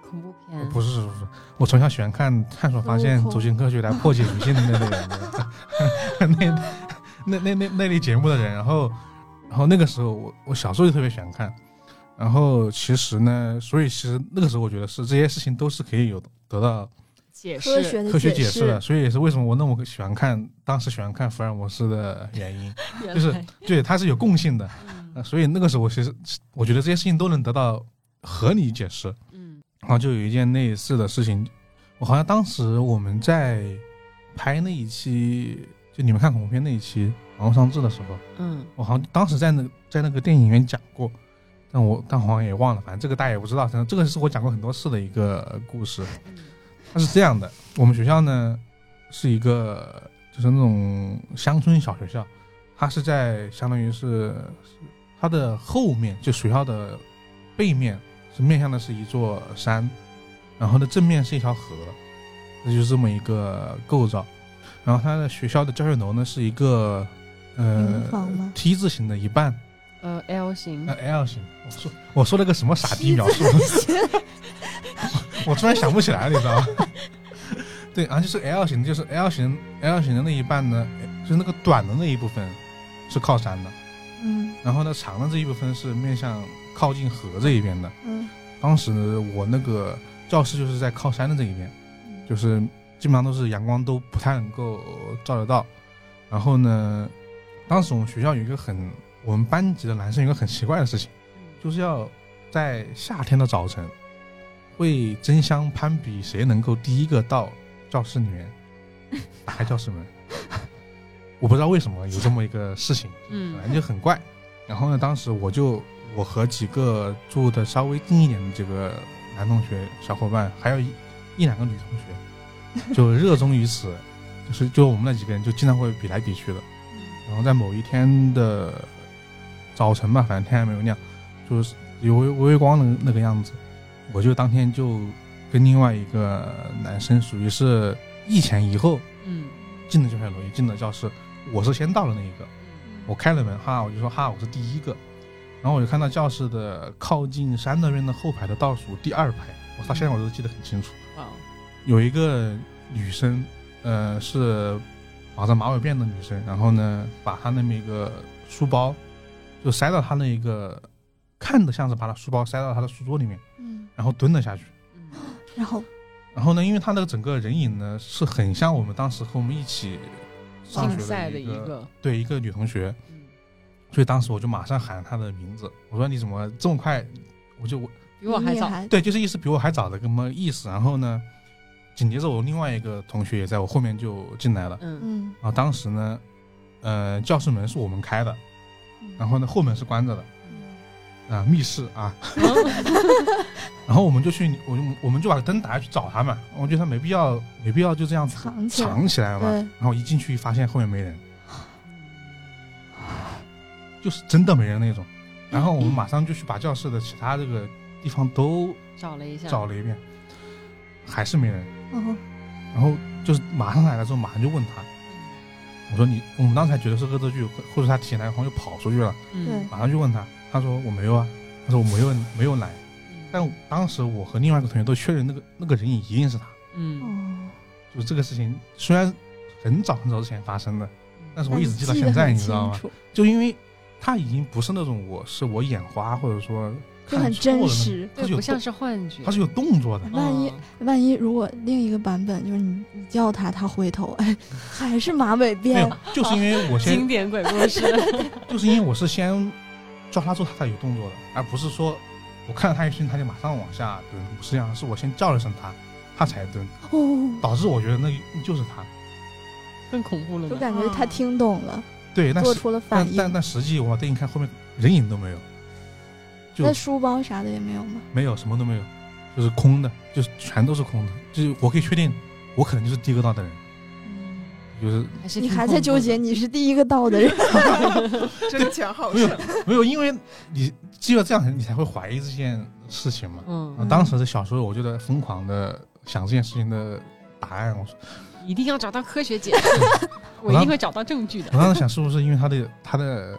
恐怖片不是不是，不是我从小喜欢看探索发现、嗯孙悟空 走进科学来破解迷信的那类人的那那那那那类节目的人，然后然后那个时候我我小时候就特别喜欢看，然后其实呢，所以其实那个时候我觉得是这些事情都是可以有得到解科释学的科学解解释的，嗯所以也是为什么我那么喜欢看当时喜欢看福尔摩斯的原因，原就是来对它是有共性的，嗯呃所以那个时候我其实我觉得这些事情都能得到合理解释，嗯然后就有一件类似的事情，我好像当时我们在拍那一期，就你们看恐怖片那一期《网络上志》的时候，嗯我好像当时在那在那个电影院讲过，但我但好像也忘了，反正这个大家也不知道，反正这个是我讲过很多次的一个故事。它是这样的，我们学校呢是一个就是那种乡村小学校，它是在相当于是它的后面，就学校的背面是面向的是一座山，然后呢正面是一条河，这就是这么一个构造。然后它的学校的教学楼呢是一个呃民房吗？ T 字形的一半，呃 L 型那 L 型。我说我说了个什么傻逼描述？ 我突然想不起来了，你知道吗？ 对，啊然后就是 L 型，就是 L 型 L 型的那一半呢，就是那个短的那一部分是靠山的，嗯然后呢长的这一部分是面向靠近河这一边的。嗯，当时我那个教室就是在靠山的这一边，就是基本上都是阳光都不太能够照得到。然后呢，当时我们学校有一个很，我们班级的男生有一个很奇怪的事情，就是要在夏天的早晨会争相攀比谁能够第一个到教室里面打开教室门。我不知道为什么有这么一个事情，嗯本来就很怪。然后呢，当时我就我和几个住的稍微近一点的几个男同学小伙伴，还有一一两个女同学，就热衷于此，就是就我们那几个人就经常会比来比去的。然后在某一天的早晨吧，反正天还没有亮，就是有微微光的那个样子，我就当天就跟另外一个男生属于是一前一后嗯进了教学楼，也进了教室，我是先到了那一个。嗯我开了门哈，我就说哈，我是第一个。然后我就看到教室的靠近山那边的后排的倒数第二排，我到现在我都记得很清楚，哇哦有一个女生，呃，是绑着马尾辫的女生，然后呢，把她那么一个书包就塞到她那一个看着像是把她书包塞到她的书桌里面，嗯，然后蹲了下去。嗯然后然后呢，因为她那个整个人影呢是很像我们当时和我们一起上竞学赛的一一个个对一个女同学，嗯所以当时我就马上喊他的名字，我说你怎么这么快？我就我比我还你也早对，就是意思比我还早的个么意思。然后呢，紧接着我另外一个同学也在我后面就进来了。嗯嗯，然后当时呢，呃，教室门是我们开的，嗯然后呢后门是关着的啊、密室啊。嗯然后我们就去，我就我们就把灯打开去找他嘛。我觉得他没必要，没必要就这样子藏起来，藏起来嘛。对然后一进去发现后面没人，就是真的没人那种。然后我们马上就去把教室的其他这个地方都 找了一下找了一遍，还是没人。嗯然后就是马上来了之后，马上就问他，我说你，我们当时还觉得是恶作剧，或者他提前来，然后又跑出去了，嗯马上就问他，他说我没有啊，他说我没有没有来，但当时我和另外一个同学都确认那个那个人影一定是他，嗯哦，就是这个事情虽然很早很早之前发生的，但是我一直记到得现在，很你知道吗清？楚？就因为他已经不是那种我是我眼花或者说就看很错了真那实。他对是有不像动是幻觉嗯他是有呃动作的，万一万一如果另一个版本就是你你叫他，他回头，哎，还是马尾没辫有，，就是因为我先经典鬼故 事就是因为我是先抓他之后，他才有动作的，而不是说我看到他一瞬间他就马上往下蹲，不是这样，是我先叫了声他，他才蹲，哦，导致我觉得那那就是他。更恐怖了就呢感觉他听懂了，对，但做是出了反但应。但但实际我往电影看后面人影都没有，就那书包啥的也没有吗？没有什么都没有，就是空的，就是全都是空的，就是我可以确定，我可能就是第一个到的人，嗯 就是还是你挺还在恐怖纠的结，你是第一个 到的人。争强好没有胜，没有，因为你只有这样你才会怀疑这件事情嘛。嗯，当时的小时候，我就在疯狂的想这件事情的答案，我说。一定要找到科学解释， 我一当定会找到证据的我。当时想，是不是因为他的他的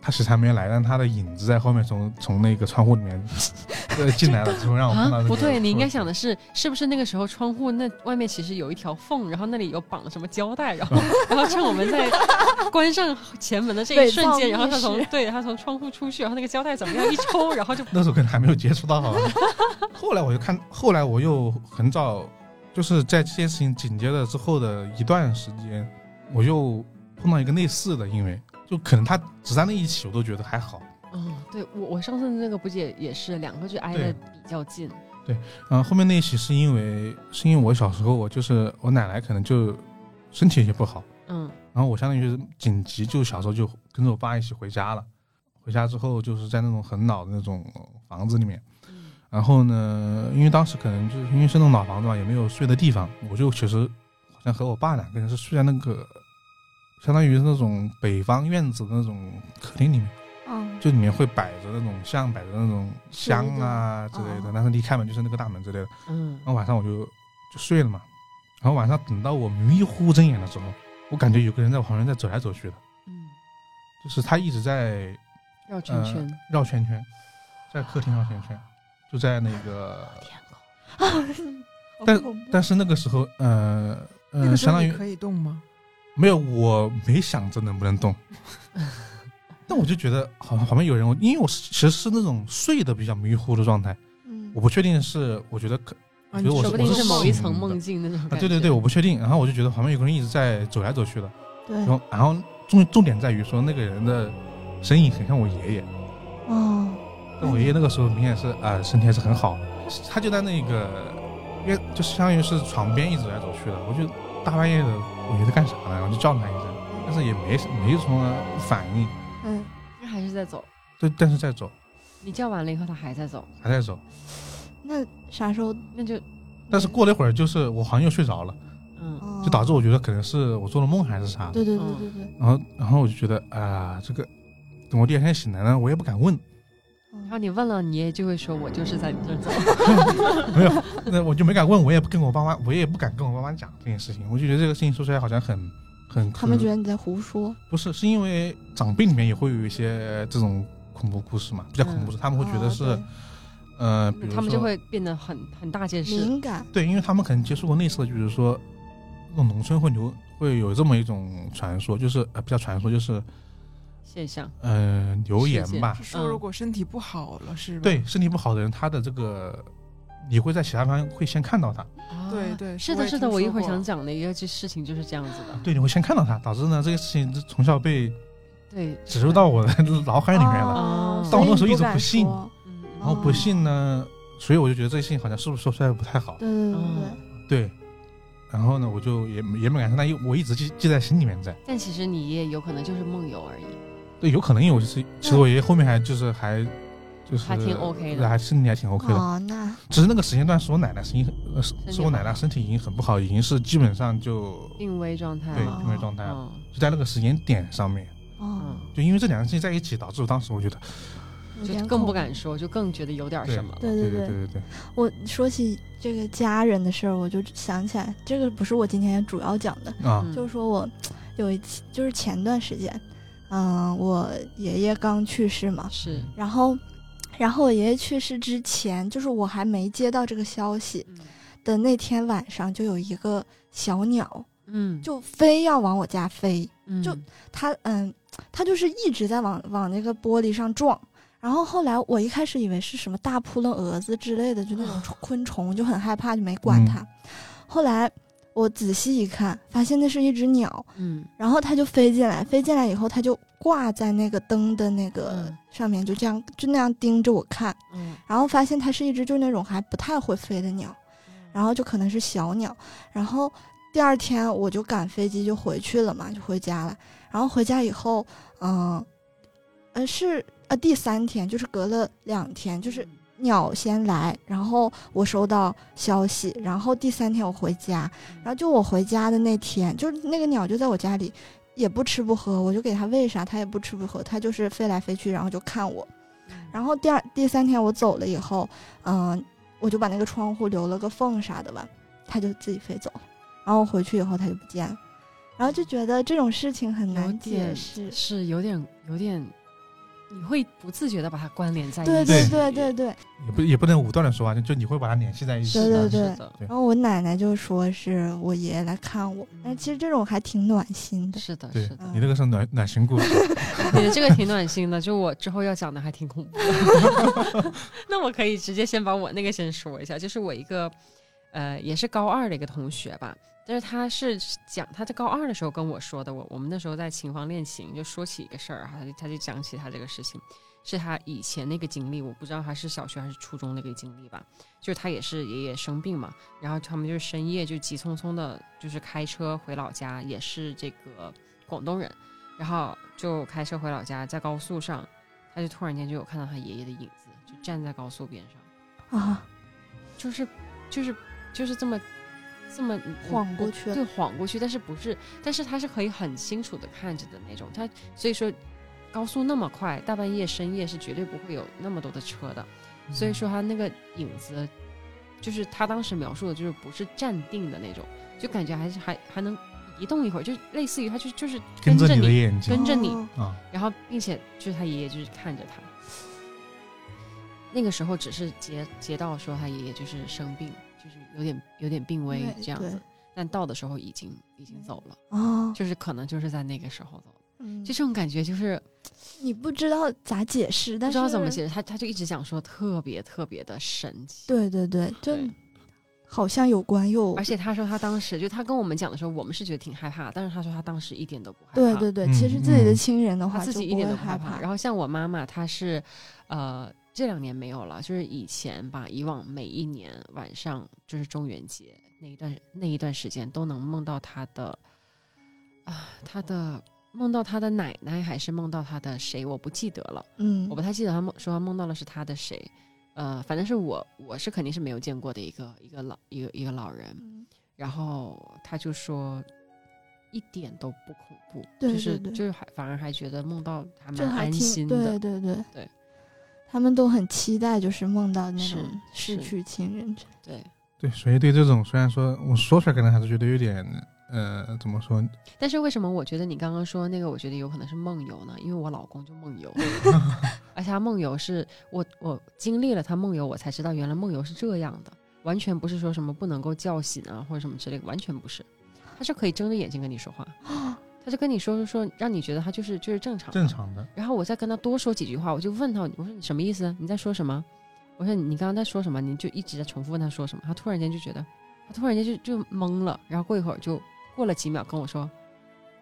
他其实还没来，但他的影子在后面从从那个窗户里面 呃进来了，之后让我看到啊那，个。不对，你应该想的是，是不是那个时候窗户那外面其实有一条缝，然后那里有绑了什么胶带，然后 然后趁我们在关上前门的这一伪瞬造间，然后密他从室对他从窗户出去，然后那个胶带怎么样一抽，然后就那时候可能还没有接触到好吧。后来我就看，后来我又很早，就是在这件事情紧接着之后的一段时间，我又碰到一个类似的，因为就可能它只在那一起，我都觉得还好。嗯，对我我上次那个不也也是两个就挨对得比较近，嗯，后面那一起是因为是因为我小时候我就是我奶奶可能就身体有些不好，嗯然后我相当于就是紧急，就小时候就跟着我爸一起回家了。回家之后就是在那种很老的那种房子里面，嗯然后呢，因为当时可能就是因为是那种老房子嘛，也没有睡的地方，我就其实好像和我爸两个人是睡在那个相当于是那种北方院子的那种客厅里面，嗯，就里面会摆着那种像摆着那种香啊之水的类的哦，但是离开门就是那个大门之类的。嗯然后晚上我就就睡了嘛，然后晚上等到我迷糊睁眼的时候，我感觉有个人在我旁边在走来走去的。嗯，就是他一直在绕呃圈圈，绕圈圈，在客厅绕圈圈，就在那个，天哪但但是那个时候，呃那个呃，时相候当你于可以动吗？没有，我没想着能不 能动，但我就觉得好像旁边有人，我因为我是其实是那种睡得比较迷糊的状态，嗯我不确定是，我觉得可觉啊，你得我说是不我定是某一醒层的梦境那种感啊，觉。对对对，我不确定，然后我就觉得旁边有个人一直在走来走去的，对然后然后重重点在于说那个人的身影很像我爷爷。哦，但我爷爷那个时候明显是啊、呃身体还是很好，他就在那个，因为就相当于是床边一直走来走去的，我就大半夜的，我爷爷在干啥呢？然后就叫了他一声，但是也没没什么反应，嗯，他还是在走。就但是在走，你叫完了以后，他还在走，还在走。那啥时候？那就但是过了一会儿，就是我好像又睡着了，嗯，就导致致我觉得可能是我做了梦还是啥的。对对对嗯对对，然后然后我就觉得啊、这个等我第二天醒来呢，我也不敢问，嗯然后你问了，你也就会说，我就是在你这儿走。 没有，那我就没敢问，我也不跟我爸妈，我也不敢跟我爸妈讲这件事情。我就觉得这个事情说出来好像很很他们很觉得你在胡说，不是，是因为长辈里面也会有一些这种恐怖故事嘛，比较恐怖故事，他们会觉得哦是，对呃，比如说嗯他们就会变得很很大件事。敏感，对，因为他们可能接触过类似的，比如说那种农村会流会有这么一种传说，就是呃，不叫传说，就是现象。呃流言吧是，说如果身体不好了是吧？嗯对，身体不好的人，他的这个你会在其他地方会先看到他，啊对对是我的，也是的。听我一说会儿想过讲的一个就事情就是这样子 的。对，你会先看到他，导致呢这个事情从小被对，嗯植入到我的 脑海里面了。了哦但我那时候所以一你直不敢信说嗯，然后不信呢，所以我就觉得这个事情好像是不是说出来不太好。对对对对嗯对，对，然后呢，我就也也没敢说，但一我一直记记在心里面在。但其实你也有可能就是梦游而已。对，有可能因为我就是，其实我爷爷后面还就是还就是还挺 OK 的对还身体还挺 OK 的。哦，那只是那个时间段是我奶奶身体很，呃是体是我奶奶身体已经很不好，已经是基本上就病危状态对嘛。病危状态了，嗯就在那个时间点上面，哦，嗯，就因为这两件事情在一起，导致我当时我觉得，有点就更不恐敢说，就更觉得有点对什么了。对对对对对对，我说起这个家人的事儿，我就想起来，这个不是我今天主要讲的，啊，嗯就是说我有一次，就是前段时间，嗯、我爷爷刚去世嘛，是，然后，然后我爷爷去世之前，就是我还没接到这个消息嗯的那天晚上，就有一个小鸟嗯，就非要往我家飞，嗯就它嗯，它就是一直在往往那个玻璃上撞。然后后来我一开始以为是什么大扑棱蛾子之类的，就那种啊虫昆虫，就很害怕，就没管它。后来我仔细一看，发现那是一只鸟，嗯然后它就飞进来，飞进来以后，它就挂在那个灯的那个嗯上面，就这样就那样盯着我看。嗯然后发现它是一只就那种还不太会飞的鸟，然后就可能是小鸟。然后第二天我就赶飞机就回去了嘛，就回家了。然后回家以后，嗯、呃，是呃第三天，就是隔了两天，就是鸟先来，然后我收到消息，然后第三天我回家，然后就我回家的那天，就是那个鸟就在我家里。也不吃不喝，我就给它喂啥，它也不吃不喝，它就是飞来飞去，然后就看我，然后第二第三天我走了以后，嗯、我就把那个窗户留了个缝啥的吧，它就自己飞走了。然后回去以后它就不见了，然后就觉得这种事情很有难点解释。是有点有点你会不自觉的把它关联在一起。对对对对对。也不也不能武断的说啊，就就你会把它联系在一起对的。是的对对是的对然后我奶奶就说是我爷爷来看我，但其实这种还挺暖心的。嗯是的，对是的，你这个是暖暖心故事，你的这个挺暖心的，就我之后要讲的还挺恐怖的。那我可以直接先把我那个先说一下，就是我一个呃也是高二的一个同学吧，但是他是讲他在高二的时候跟我说的，我我们那时候在琴房练琴，就说起一个事儿，啊他就他就讲起他这个事情，是他以前那个经历，我不知道他是小学还是初中那个经历吧，就是他也是爷爷生病嘛，然后他们就是深夜就急匆匆的，就是开车回老家，也是这个广东人。然后就开车回老家，在高速上，他就突然间就有看到他爷爷的影子，就站在高速边上，啊，就是就是就是这么这么嗯晃过去对，晃过去，但是不是，但是他是可以很清楚的看着的那种，他所以说高速那么快，大半夜深夜是绝对不会有那么多的车的，嗯所以说他那个影子，就是他当时描述的，就是不是站定的那种，就感觉还是还还能移动一会儿，就类似于他就就是跟着着你的你眼睛 跟着你哦啊，然后并且就是他爷爷就是看着他，那个时候只是接接到说他爷爷就是生病，就是有点有点病危对这样子，但到的时候已经已经走了，哦，就是可能就是在那个时候走了，嗯就这种感觉就是你不知道咋解释，不但知是道怎么解释，他他就一直讲说特别特别的神奇，对对对，就对好像有关又而且他说他当时就他跟我们讲的时候，我们是觉得挺害怕，但是他说他当时一点都不害怕，对对对，嗯其实自己的嗯亲人的他话自就己一不点会都不害害怕。怕，然后像我妈妈，她是呃这两年没有了，就是以前吧，以往每一年晚上就是中元节那一段那一段时间都能梦到她的啊、她的梦到她的奶奶还是梦到她的谁，我不记得了，嗯我不太记得她梦说她梦到了是她的谁。呃，反正是我，我是肯定是没有见过的一个一个老一个一个老人，嗯然后他就说一点都不恐怖，对就是对对就是还反而还觉得梦到还就蛮还安挺心对的。对对对，他们都很期待，就是梦到那是种逝是去亲人，对，对，所以对这种虽然说我说出来可能还是觉得有点呃，怎么说？但是为什么我觉得你刚刚说那个，我觉得有可能是梦游呢？因为我老公就梦游，而且他梦游是我我经历了他梦游，我才知道原来梦游是这样的，完全不是说什么不能够叫醒啊或者什么之类的，完全不是，他是可以睁着眼睛跟你说 话，他就跟你说说说，让你觉得他就是就是正常的正常的，然后我再跟他多说几句话，我就问他，我说你什么意思？你在说什么？我说你你刚刚在说什么？你就一直在重复问他说什么。他突然间就觉得，他突然间就就懵了，然后过一会儿就过了几秒跟我说，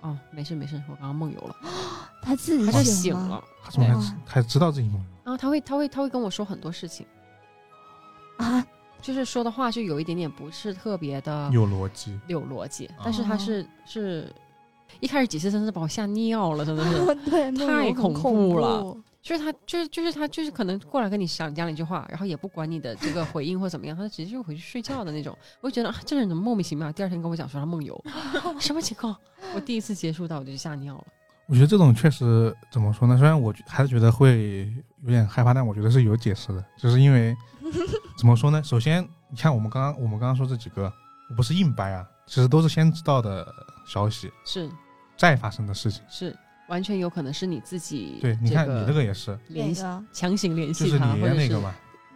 哦，没事没事，我刚刚梦游了，他自己啊他就醒醒了了。他怎么还嗯对知还知道自己梦游？然后他会他会他会跟我说很多事情，啊，就是说的话就有一点点不是特别的有逻辑，有逻辑，但是哦他是是一开始几次真是把我吓尿了，真的是。 对，梦太游很恐恐怖了就是他，就是就是他，就是可能过来跟你讲讲两句话，然后也不管你的这个回应或怎么样，他直接就回去睡觉的那种。我就觉得啊，这个人怎么莫名其妙？第二天跟我讲说他梦 游，什么情况？我第一次接触到我就吓尿了。我觉得这种确实怎么说呢？虽然我还是觉得会有点害怕，但我觉得是有解释的，就是因 为怎么说呢？首先，你看我们刚刚我们刚刚说这几个，不是硬掰啊，其实都是先知道的消息，是再发生的事情。是，完全有可能是你自己对，你看你这个也是，那联系个强行联就系是他，你或爷者那是个嘛，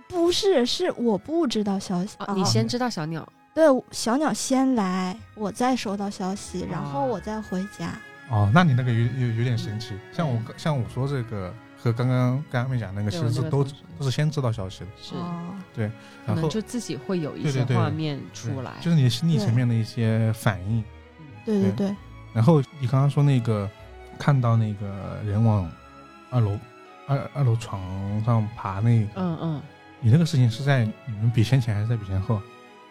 不是，是我不知道消息啊，你先知道小鸟对小鸟先来，我再收到消息，然后哦我再回家。哦，那你那个有有有点神奇。像我像我说这个和刚刚刚刚没讲那个，其嗯对实我那是个都同事都是先知道消息的，是，哦可然能后就自己会有一对对些对画面对出来就。是你的心理对层面的一些反应。嗯对对对对，然后你刚刚说那个看到那个人往二楼二二楼床上爬那个，嗯嗯，你那个事情是在你们比先前还是在比先后？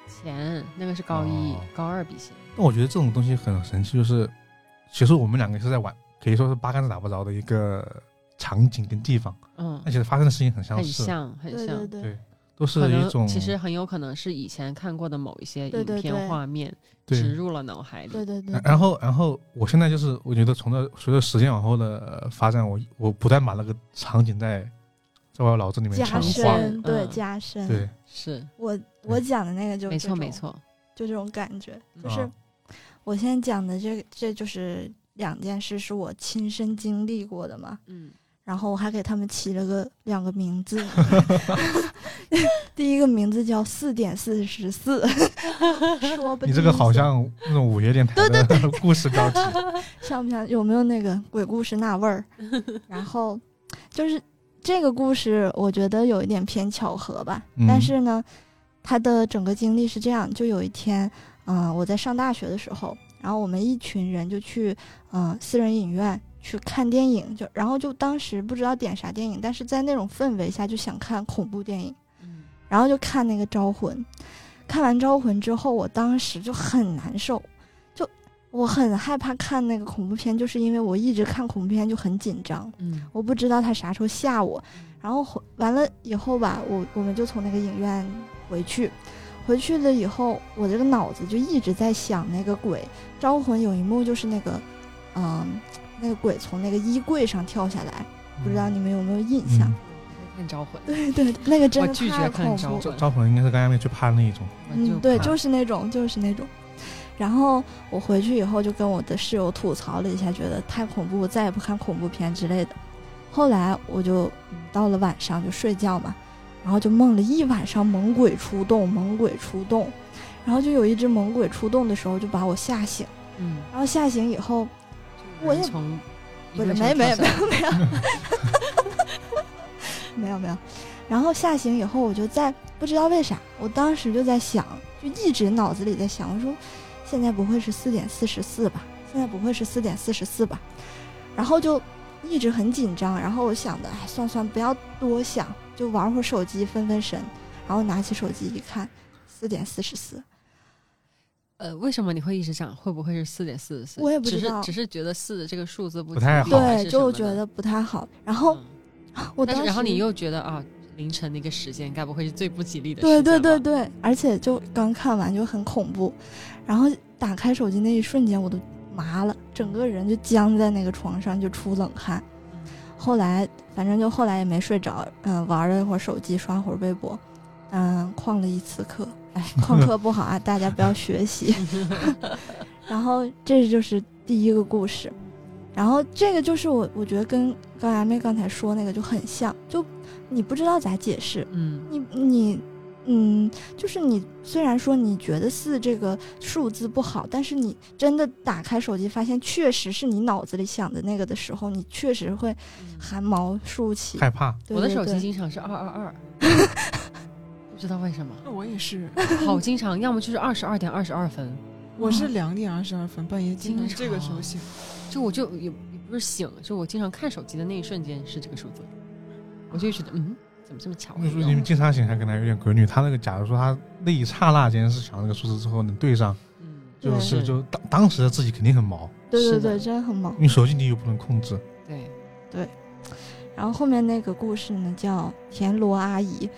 前那个是高一哦、高二比心，那我觉得这种东西很神奇，就是其实我们两个是在玩，可以说是八竿子打不着的一个场景跟地方，嗯而，且发生的事情很相很似，像很对像对。对对都是可一能种其实很有可能是以前看过的某一些对影对对片画面植对。入了脑海里。对对对然，然后，然后，我现在就是，我觉得从这随着时间往后的呃发展，我我不断把那个场景在在我脑子里面加强化化，深，对嗯加深。对，是我我讲的那个就没这错没种，错，嗯就这种感觉，就啊是我现在讲的这这就是两件事，是我亲身经历过的嘛。嗯，然后我还给他们起了个两个名字， 第一个名字叫四点四十四，说不你这个定好像那种午夜电台的故事标题，像不像有没有那个鬼故事那味儿？然后就是这个故事，我觉得有一点偏巧合吧。嗯但是呢，他的整个经历是这样：就有一天，嗯、我在上大学的时候，然后我们一群人就去嗯、呃私人影院去看电影，就然后就当时不知道点啥电影，但是在那种氛围下就想看恐怖电影。嗯然后就看那个《招魂》，看完《招魂》之后，我当时就很难受，就我很害怕看那个恐怖片，就是因为我一直看恐怖片就很紧张，嗯我不知道他啥时候吓我。然后回完了以后吧，我我们就从那个影院回去，回去了以后，我这个脑子就一直在想那个鬼《招魂》有一幕就是那个，嗯、那个鬼从那个衣柜上跳下来， 不知道你们有没有印象？嗯看招魂，对 对，那个真我的嗯拒绝太看恐招怖魂招了。招魂应该是刚才那最怕的那一种，我嗯，对，怕就是那种，就是那种。然后我回去以后就跟我的室友吐槽了一下，觉得太恐怖，再也不看恐怖片之类的。后来我就嗯到了晚上就睡觉嘛，然后就梦了一晚上猛鬼出动，猛鬼出动，然后就有一只猛鬼出动的时候就把我吓醒，嗯，然后吓醒以后，我也就从不是一个没小跳没没伞有没 有没有没有，然后吓醒以后，我就在不知道为啥，我当时就在想，就一直脑子里在想，我说现在不会是四点四十四吧？现在不会是四点四十四吧？然后就一直很紧张，然后我想的，哎，算算，不要多想，就玩会儿手机分分神，然后拿起手机一看，四点四十四，呃，为什么你会一直想？会不会是四点四十四？我也不知道只是只是觉得四的这个数字不不太吉利好还对，是什就么觉的得不太好。然后嗯我但当是时，然后你又觉得啊，凌晨那个时间该不会是最不吉利的时对间吧？对对对，而且就刚看完就很恐怖，然后打开手机那一瞬间我都麻了，整个人就僵在那个床上，就出冷汗。嗯后来反正就后来也没睡着，嗯、玩了一会儿手机，刷会儿微博，嗯、旷了一次课。哎，旷课不好啊，大家不要学习。 然后这就是第一个故事，然后这个就是我我觉得跟高衙妹刚才说那个就很像，就你不知道咋解释，嗯，你你嗯，就是你虽然说你觉得四这个数字不好，但是你真的打开手机发现确实是你脑子里想的那个的时候，你确实会嗯汗毛竖起。害怕。对我的对手机对经常是二二 二，不知道为什么，那我也是，好经常，要么就是二十二点二十二分，我嗯是两点二十二分半夜经常经常这个时候醒，就我就也也不是醒，就我经常看手机的那一瞬间是这个数字，我就觉得嗯，怎么这么巧？那时候你们经常醒，还可能有点规律。他那个，假如说他那一刹那间是想那个数字之后，你对上，嗯，对就是就当当时的自己肯定很毛，对是对的对，真的很猛因。为手机你又不能控制。对，然后后面那个故事呢，叫田螺阿姨，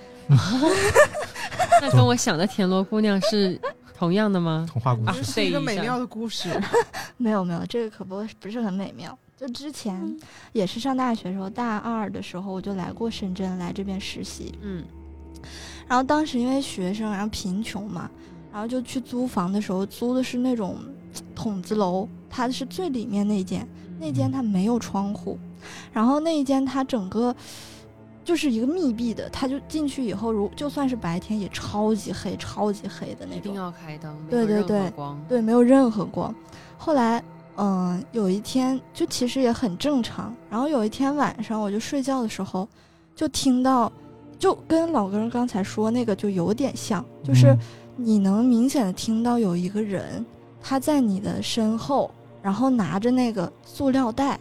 那跟我想的田螺姑娘是同样的 吗？童话故啊事，是一个对一美下妙的故事。 没有没有，这个可不不是很美妙。就之前嗯也是上大学的时候，大二的时候我就来过深圳，来这边实习。嗯，然后当时因为学生，然后贫穷嘛，然后就去租房的时候租的是那种筒子楼，它是最里面那一间，那间它没有窗户，然后那一间它整个就是一个密闭的，它就进去以后，如就算是白天也超级黑，超级黑的那一定种，要开灯，没对有对任何对光，对，没有任何光。后来，嗯、有一天就其实也很正常。然后有一天晚上，我就睡觉的时候，就听到，就跟老哥刚才说那个就有点像，就是嗯你能明显的听到有一个人他在你的身后，然后拿着那个塑料袋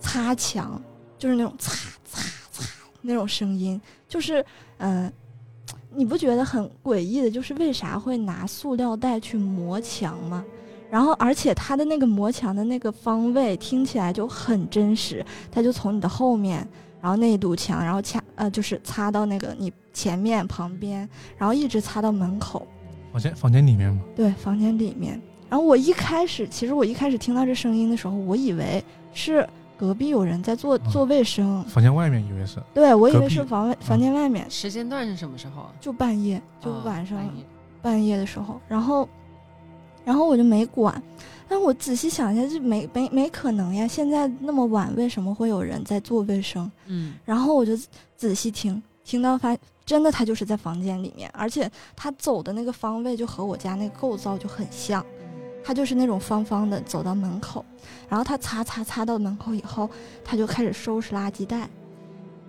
擦墙，就是那种擦擦擦那种声音，就是嗯、呃你不觉得很诡异的？就是为啥会拿塑料袋去磨墙吗？然后，而且他的那个磨墙的那个方位听起来就很真实，他就从你的后面，然后那一堵墙，然后掐呃就是擦到那个你前面旁边，然后一直擦到门口，房间房间里面嘛，对，房间里面。然后我一开始，其实我一开始听到这声音的时候，我以为是隔壁有人在做嗯做卫生，房间外面以为是，对我以隔为壁是房外房嗯间外面，时间段是什么时候啊？就半夜，就啊晚上半夜半夜的时候。然后然后我就没管。但我仔细想一下，这没没没可能呀！现在那么晚，为什么会有人在做卫生？嗯然后我就仔细听，听到发真的他就是在房间里面，而且他走的那个方位就和我家那个构造就很像，他就是那种方方的走到门口，然后他擦擦擦到门口以后，他就开始收拾垃圾袋，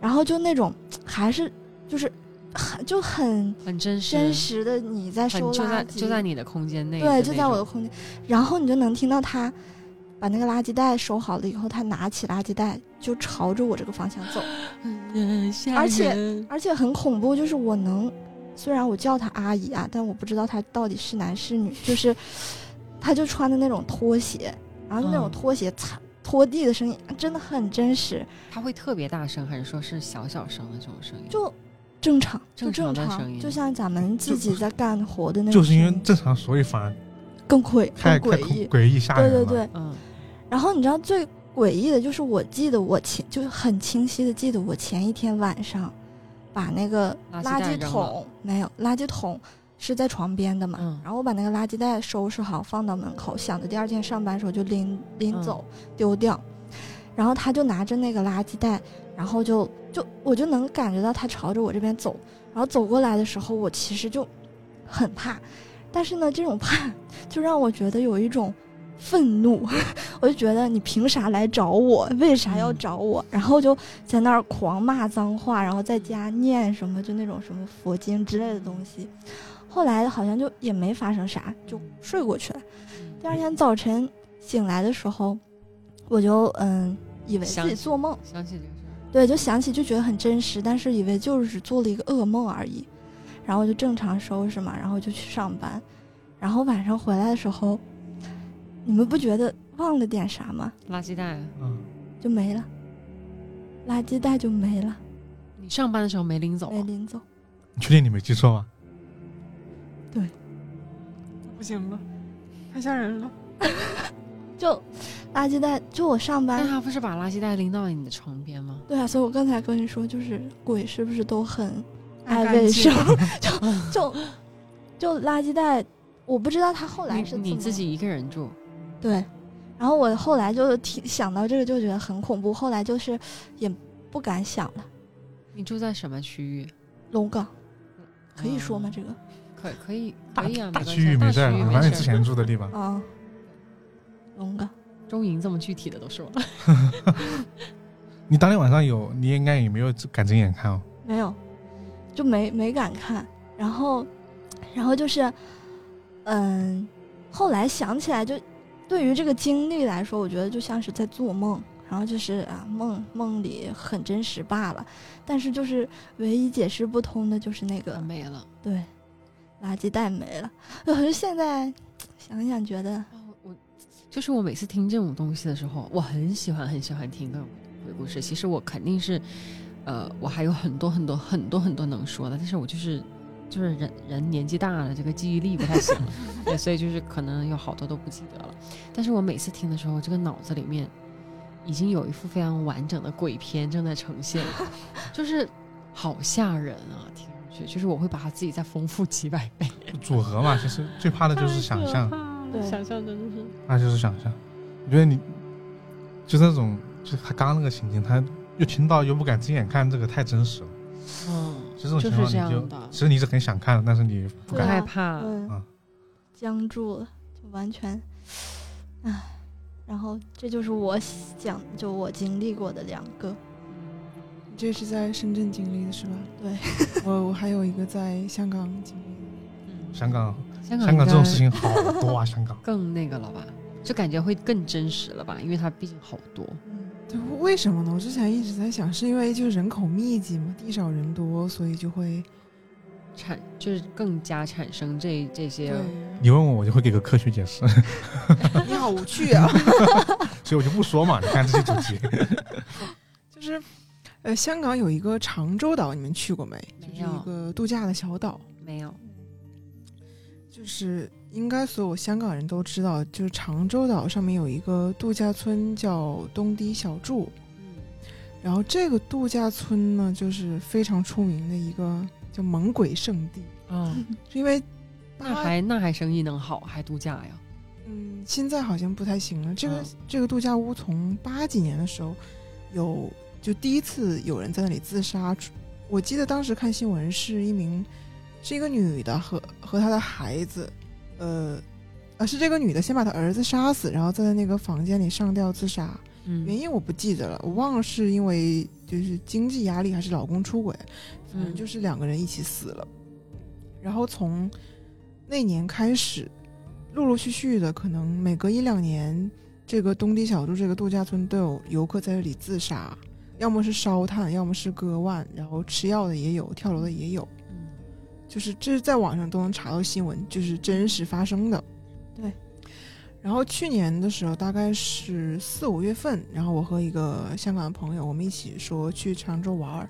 然后就那种还是就是很就很很真实，真实的你在很收垃圾，就在就在你的空间内的那对，种，就在我的空间，然后你就能听到他把那个垃圾袋收好了以后，他拿起垃圾袋就朝着我这个方向走。嗯，吓人而且而且很恐怖，就是我能，虽然我叫她阿姨啊，但我不知道她到底是男是女。就是，她就穿的那种拖鞋，然后就那种嗯拖鞋擦拖地的声音，真的很真实，他会特别大声，还是说是小小声啊的这种声音？就正常，就正常正的常，声音就像咱们自己在干活的那种就声是音，因为正常，所以反而更诡太更太嗯诡恐异。诡异吓对人了。对对，嗯然后你知道最诡异的就是，我记得我前就是很清晰的记得我前一天晚上把那个垃圾垃袋圾扔了桶没有垃圾桶是在床边的嘛，嗯然后我把那个垃圾袋收拾好放到门口，想着第二天上班的时候就拎拎嗯走、丢掉，然后他就拿着那个垃圾袋，然后就就我就能感觉到他朝着我这边走，然后走过来的时候，我其实就很怕，但是呢，这种怕就让我觉得有一种愤怒， 我就觉得你凭啥来找我？为啥要嗯找我？然后就在那儿狂骂脏话，然后在家念什么就那种什么佛经之类的东西。后来好像就也没发生啥，就睡过去了。嗯第二天早晨醒来的时候，我就嗯以为自想己起做梦，想起这个事儿，对，就想起就觉得很真实，但是以为就是做了一个噩梦而已。然后我就正常收拾嘛，然后就去上班。然后晚上回来的时候，你们不觉得忘了点啥吗？垃圾袋。嗯，就没了，垃圾袋就没了，你上班的时候没拎走没啊，拎走。你确定你没记错吗？不行了，太吓人了。就垃圾袋，就我上但班。他不是把垃圾袋拎到你的床边吗？对啊，所以我刚才跟你说，就是鬼是不是都很爱爱干卫净生？ 就就就垃圾袋，我不知道他后来是怎你你么自己一个人住，对，然后我后来就听想到这个就觉得很恐怖，后来就是也不敢想了。你住在什么区域？龙岗可以说吗？嗯这个可可以大可以啊，大没关区系域啊没大事儿区域反正没你之事儿。嗯前住的地方。啊，龙岗中银这么具体的都说了，你当天晚上有，你应该也没有敢睁眼看哦。没有，就没没敢看。然后，然后就是，嗯，后来想起来就，对于这个经历来说，我觉得就像是在做梦。然后就是啊，梦梦里很真实罢了，但是就是唯一解释不通的就是那个没了。对，垃圾袋没了。 我就现在想想觉得，啊我就是我每次听这种东西的时候，我很喜欢很喜欢听各种鬼故事。其实我肯定是，呃，我还有很多很多很多很多能说的，但是我就是就是人人年纪大了，这个记忆力不太行 了，对，所以就是可能有好多都不记得了。但是我每次听的时候，这个脑子里面已经有一副非常完整的鬼片正在呈现了，就是好吓人啊！听上去就是我会把它自己再丰富几百倍，组合嘛，其实最怕的就是想嗯象，对想象真的是。那就是想象。我觉得你就那种，就他刚刚那个情景，他又听到又不敢睁眼看，这个太真实了。嗯，其实这种就情是况这你就样的其实你是很想看的，但是你不不对敢。害啊怕。嗯啊，僵住了，就完全，唉。然后这就是我讲，就我经历过的两个，你这是在深圳经历的是吧？对， 我我还有一个在香港经历嗯香港，香港香港这应种该事情好多啊！香港，更那个了吧？就感觉会更真实了吧？因为它毕竟好多。的。对，为什么呢？我之前一直在想，是因为就是人口密集嘛，地少人多，所以就会产就是更加产生这这些对。你问我，我就会给个科学解释， 你好无趣啊！所以我就不说嘛。你看这些主题， 就是，呃，香港有一个长洲岛，你们去过没？没就是有一个度假的小岛，没有，就是应该所有香港人都知道，就是长洲岛上面有一个度假村叫东堤小筑，嗯然后这个度假村呢，就是非常出名的一个叫猛鬼圣地，嗯，是因为那它还那还生意能好，还度假呀？嗯，现在好像不太行了。这个、嗯这个度假屋从八几年的时候有就第一次有人在那里自杀，出我记得当时看新闻是一名是一个女的和和她的孩子，呃。呃，是这个女的先把她儿子杀死，然后在那个房间里上吊自杀。原嗯因我不记得了，我忘了是因为就是经济压力还是老公出轨，反正嗯就是两个人一起死了。然后从那年开始，陆陆续续的，可能每隔一两年，这个东堤小筑这个度假村都有游客在这里自杀，要么是烧炭，要么是割腕，然后吃药的也有，跳楼的也有，嗯就是这是在网上都能查到新闻，就是真实发生的。对。然后去年的时候，大概是四五月份，然后我和一个香港的朋友，我们一起说去常州玩儿，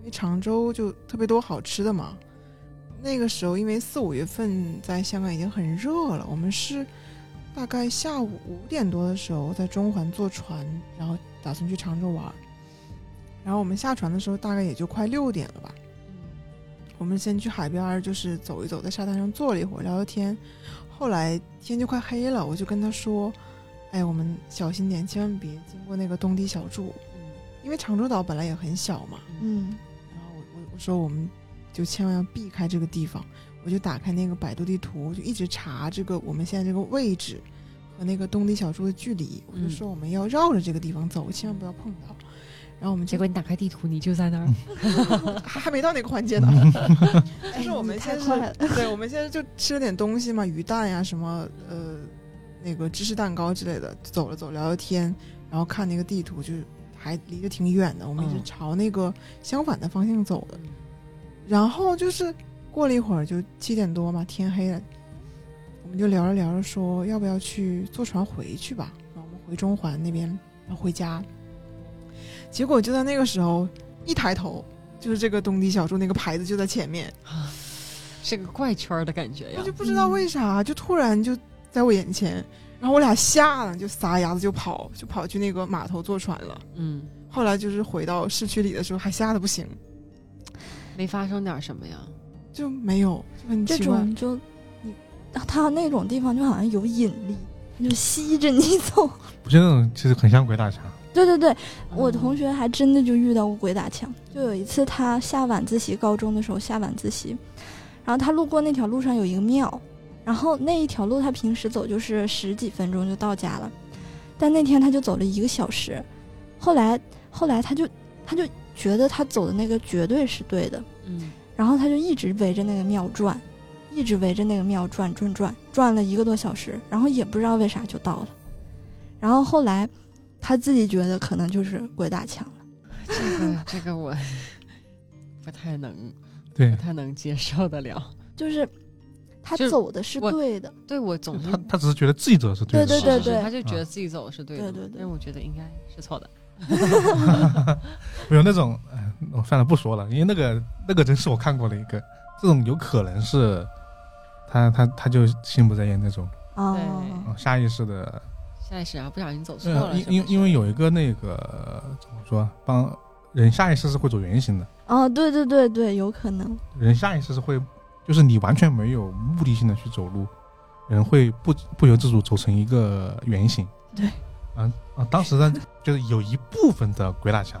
因为常州就特别多好吃的嘛。那个时候，因为四五月份在香港已经很热了，我们是大概下午五点多的时候在中环坐船，然后打算去常州玩儿。然后我们下船的时候，大概也就快六点了吧。嗯我们先去海边儿，就是走一走，在沙滩上坐了一会儿，聊聊天。后来天就快黑了，我就跟他说：“哎，我们小心点，千万别经过那个东堤小筑，嗯因为长洲岛本来也很小嘛。嗯，”然后我我我说我们就千万要避开这个地方。我就打开那个百度地图，就一直查这个我们现在这个位置和那个东堤小筑的距离。我就嗯说我们要绕着这个地方走，千万不要碰到。然后我们结就果你打开地图，你就在那儿。还还没到那个环节呢， 就是我们哎先嗯你是太快了， 对，我们现在就吃了点东西嘛，鱼蛋呀、什么呃，那个芝士蛋糕之类的，走了走，聊聊天，然后看那个地图，就是还离得挺远的，我们一直嗯朝那个相反的方向走的。然后就是过了一会儿，就七点多嘛，天黑了，我们就聊着聊着说，要不要去坐船回去吧？然后我们回中环那边，然后回家。结果就在那个时候，一抬头就是这个东堤小筑那个牌子就在前面。 是个怪圈儿的感觉呀我就。不知道为啥，就突然就在我眼前，然后我俩吓得就撒丫子就跑，就跑去那个码头坐船了。嗯，后来就是回到市区里的时候，还吓得不行，没发生点什么呀？就没有，就很这奇怪。种就你，啊它那种地方就好像有引力，它就吸着你 走。我觉得那种其实很像鬼打墙，对对对，嗯我同学还真的就遇到过鬼打墙。就有一次，他下晚自习，高中的时候下晚自习，然后他路过那条路上有一个庙，然后那一条路他平时走就是十几分钟就到家了，但那天他就走了一个小时。后来后来他就他就觉得他走的那个绝对是对的，嗯，然后他就一直围着那个庙转，一直围着那个庙转转转，转了一个多小时，然后也不知道为啥就到了。然后后来他自己觉得可能就是鬼打墙了，这个这个我 不太能对不太能接受得了。就是他就是走的是我对的，对我总是他他只是觉得自己走的是对的，对 是对是是对他就觉得自己走的是对的，对对对但我觉得应该是错的。没有那种，哎，我算了不说了，因为那个那个真是我看过的一个，这种有可能是他他他就心不在焉那种，啊、对啊下意识的下意识啊，不小心走错对了啊，是不因是，因因为有一个那个呃怎么说，帮人下意识是会走圆形的，哦，对对对对，有可能，人下意识是会，就是你完全没有目的性的去走路，人会不不由自主走成一个圆形。对，啊啊，当时呢，就是有一部分的鬼打墙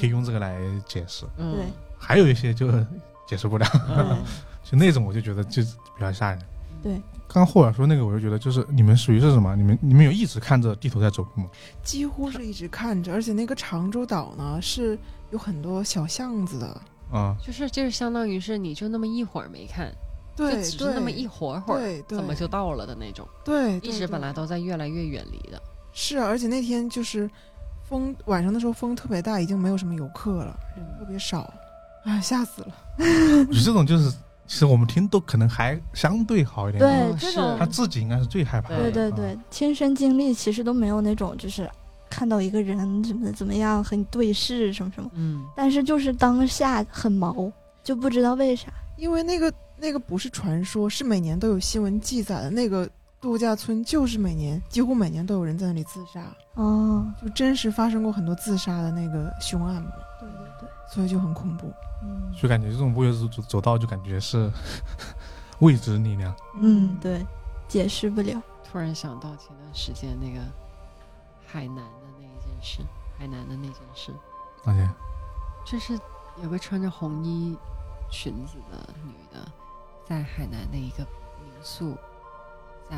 可以用这个来解释，嗯对还有一些就 解释不了，嗯就那种我就觉得就比较吓人。对，刚刚霍尔说那个，我就觉得就是你们属于是什么？你们你们有一直看着地图在走路吗？几乎是一直看着，而且那个长洲岛呢是有很多小巷子的，啊， 就是就是相当于是你就那么一会儿没看，就对，只是那么一会儿会儿，对对，怎么就到了的那种，对，一对直对本来都在越来越远离的。是啊，而且那天就是风晚上的时候风特别大，已经没有什么游客了，人嗯特别少，哎，吓死了。我觉得这种就是其实我们听都可能还相对好一点，对嗯这是种他自己应该是最害怕的。对对啊对，亲身经历其实都没有那种就是看到一个人怎么怎么样和你对视什么什么，嗯，但是就是当下很毛，就不知道为啥。因为那个那个不是传说，是每年都有新闻记载的那个度假村，就是每年几乎每年都有人在那里自杀，哦，就真实发生过很多自杀的那个凶案嘛，对对对，所以就很恐怖。嗯就感觉这种不由自主走到，就感觉是 未知力量。嗯嗯嗯，对，解释不了。突然想到前段时间那个海南的那一件事，海南的那件事，大姐，就是有个穿着红衣裙子的女的，在海南的一个民宿，在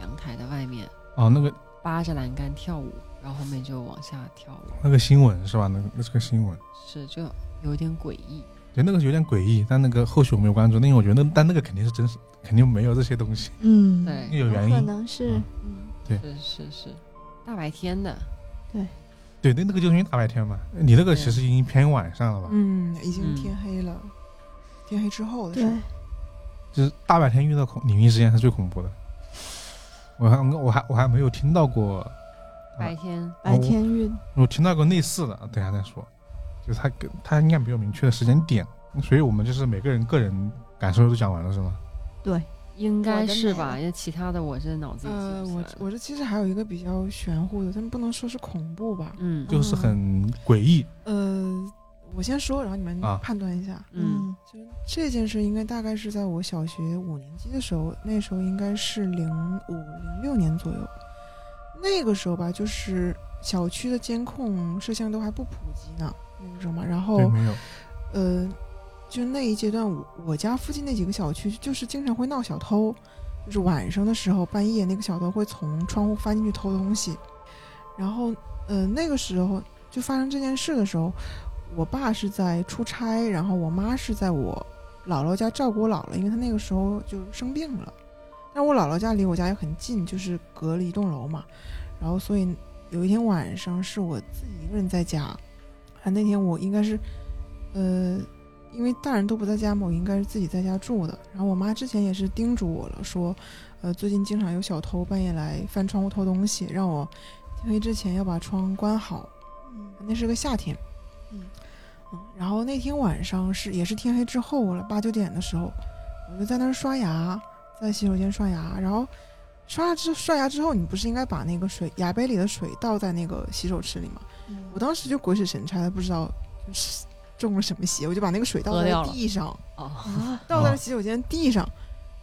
阳台的外面哦，那个扒着栏杆跳舞，然后后面就往下跳舞，那个新闻是吧？那个那是个新闻，是就有点诡异。对，那个有点诡异，但那个后续我没有关注，因为我觉得那，但那个肯定是真实，肯定没有这些东西，嗯，对那有原可因。能是嗯嗯是是是，大白天的，啊对，那那个就是因为大白天嘛，你那个其实已经偏晚上了吧？嗯，已嗯经天黑了，天黑之嗯后的事对儿。就是大白天遇到恐灵异事件是最恐怖的。我还我还我还没有听到过，白天白天遇我听到过类似的，等一下再说。就是他跟他应该没有明确的时间点，所以我们就是每个人个人感受都讲完了是吗？对应该是我的吧？奶因为其他的我这脑子里记呃，不我起来了我这其实还有一个比较玄乎的，但不能说是恐怖吧。嗯就是很诡异，呃，我先说，然后你们啊判断一下。嗯就是这件事应该大概是在我小学五年级的时候，那时候应该是零五零六年左右。那个时候吧，就是小区的监控摄像都还不普及呢，那个时候嘛。然后对，没有。呃，就那一阶段，我我家附近那几个小区就是经常会闹小偷，就是晚上的时候半夜那个小偷会从窗户翻进去偷东西，然后呃那个时候就发生这件事的时候，我爸是在出差，然后我妈是在我姥姥家照顾我姥姥，因为她那个时候就生病了。但我姥姥家离我家也很近，就是隔了一栋楼嘛，然后所以有一天晚上是我自己一个人在家，啊那天我应该是呃，因为大人都不在家嘛，我应该是自己在家住的。然后我妈之前也是叮嘱我了，说，呃，最近经常有小偷半夜来翻窗户偷东西，让我天黑之前要把窗关好。嗯那是个夏天，嗯嗯然后那天晚上是也是天黑之后了，八九点的时候，我就在那儿刷牙，在洗手间刷牙，然后刷牙之刷牙之后，你不是应该把那个水牙杯里的水倒在那个洗手池里吗？嗯我当时就鬼使神差的，不知道就是中了什么邪，我就把那个水倒喝在掉了地上， 哦，啊倒在哦了洗手间地上。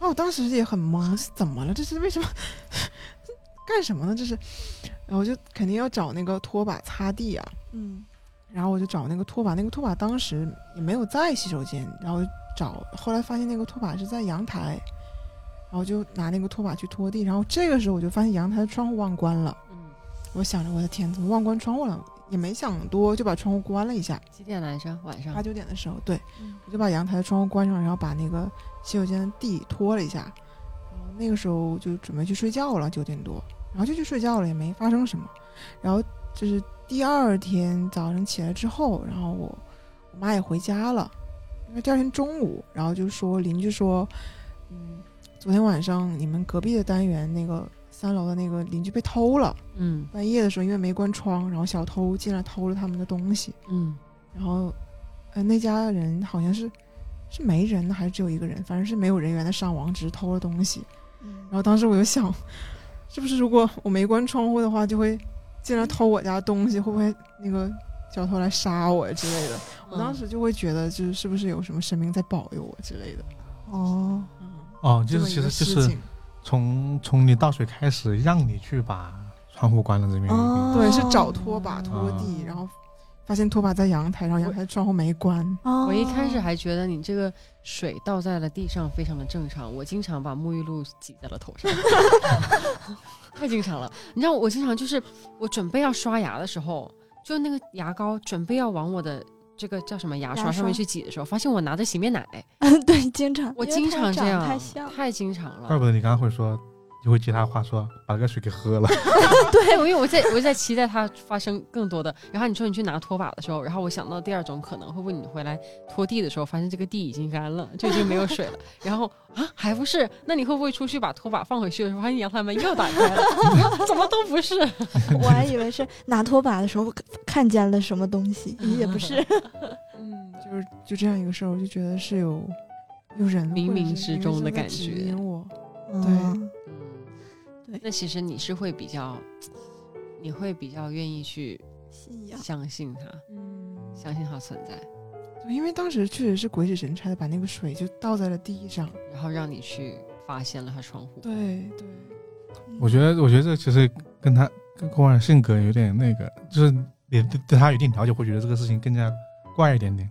然后我当时也很懵，是怎么了？这是为什么？ 干什么呢？这是，然后我就肯定要找那个拖把擦地啊。嗯然后我就找那个拖把，那个拖把当时也没有在洗手间，然后找，后来发现那个拖把是在阳台，然后就拿那个拖把去拖地。然后这个时候我就发现阳台的窗户忘关了，嗯，我想着我的天，怎么忘关窗户了？也没想多，就把窗户关了一下。几点来着？晚上八九点的时候，对嗯我就把阳台的窗户关上，然后把那个洗手间的地拖了一下，然后那个时候就准备去睡觉了，九点多，然后就去睡觉了，也没发生什么。然后就是第二天早上起来之后，然后我我妈也回家了，因为第二天中午，然后就说邻居说，嗯，昨天晚上你们隔壁的单元那个三楼的那个邻居被偷了，嗯半夜的时候因为没关窗，然后小偷进来偷了他们的东西。嗯然后，呃，那家人好像是是没人呢，还是只有一个人，反正是没有人员的伤亡，只是偷了东西。嗯然后当时我就想，是不是如果我没关窗户的话，就会进来偷我家东西，会不会那个小偷来杀我之类的？嗯我当时就会觉得，就是是不是有什么神明在保佑我之类的？哦嗯，哦，这就是么一其个实就事是情，从从你倒水开始，让你去把窗户关了这边。哦对，是找拖把拖地，嗯哦然后发现拖把在阳台，然后阳台的窗户没关。哦，我一开始还觉得你这个水倒在了地上非常的正常，我经常把沐浴露挤在了头上， 太经常了。你知道我经常就是我准备要刷牙的时候，就那个牙膏准备要往我的这个叫什么牙牙刷上面刷去挤的时候，发现我拿的洗面奶， 对经常我因为经它常这长得样，太像太经常了怪。不得你刚刚会说，你会接他话说把这个水给喝了。 对，哎我因为我在我在期待它发生更多的。然后你说你去拿拖把的时候，然后我想到第二种可能，会不会你回来拖地的时候，发现这个地已经干了，就已经没有水了。然后啊，还不是？那你会不会出去把拖把放回去的时候，发现阳台门又打开了？ 怎么都不是。我还以为是拿拖把的时候看见了什么东西，也不是。嗯，就是就这样一个事儿，我就觉得是有有人冥或者冥是之冥冥中的在感指觉引我，嗯对那其实你是会比较，你会比较愿意去信仰。相信它，嗯，相信它存在，对，因为当时确实是鬼使神差的把那个水就倒在了地上。 然后让你去发现了它窗户。对对，嗯我觉得，我觉得这其实跟他跟郭婉性格有点那个，就是你对对他有一定了解，会觉得这个事情更加怪一点点。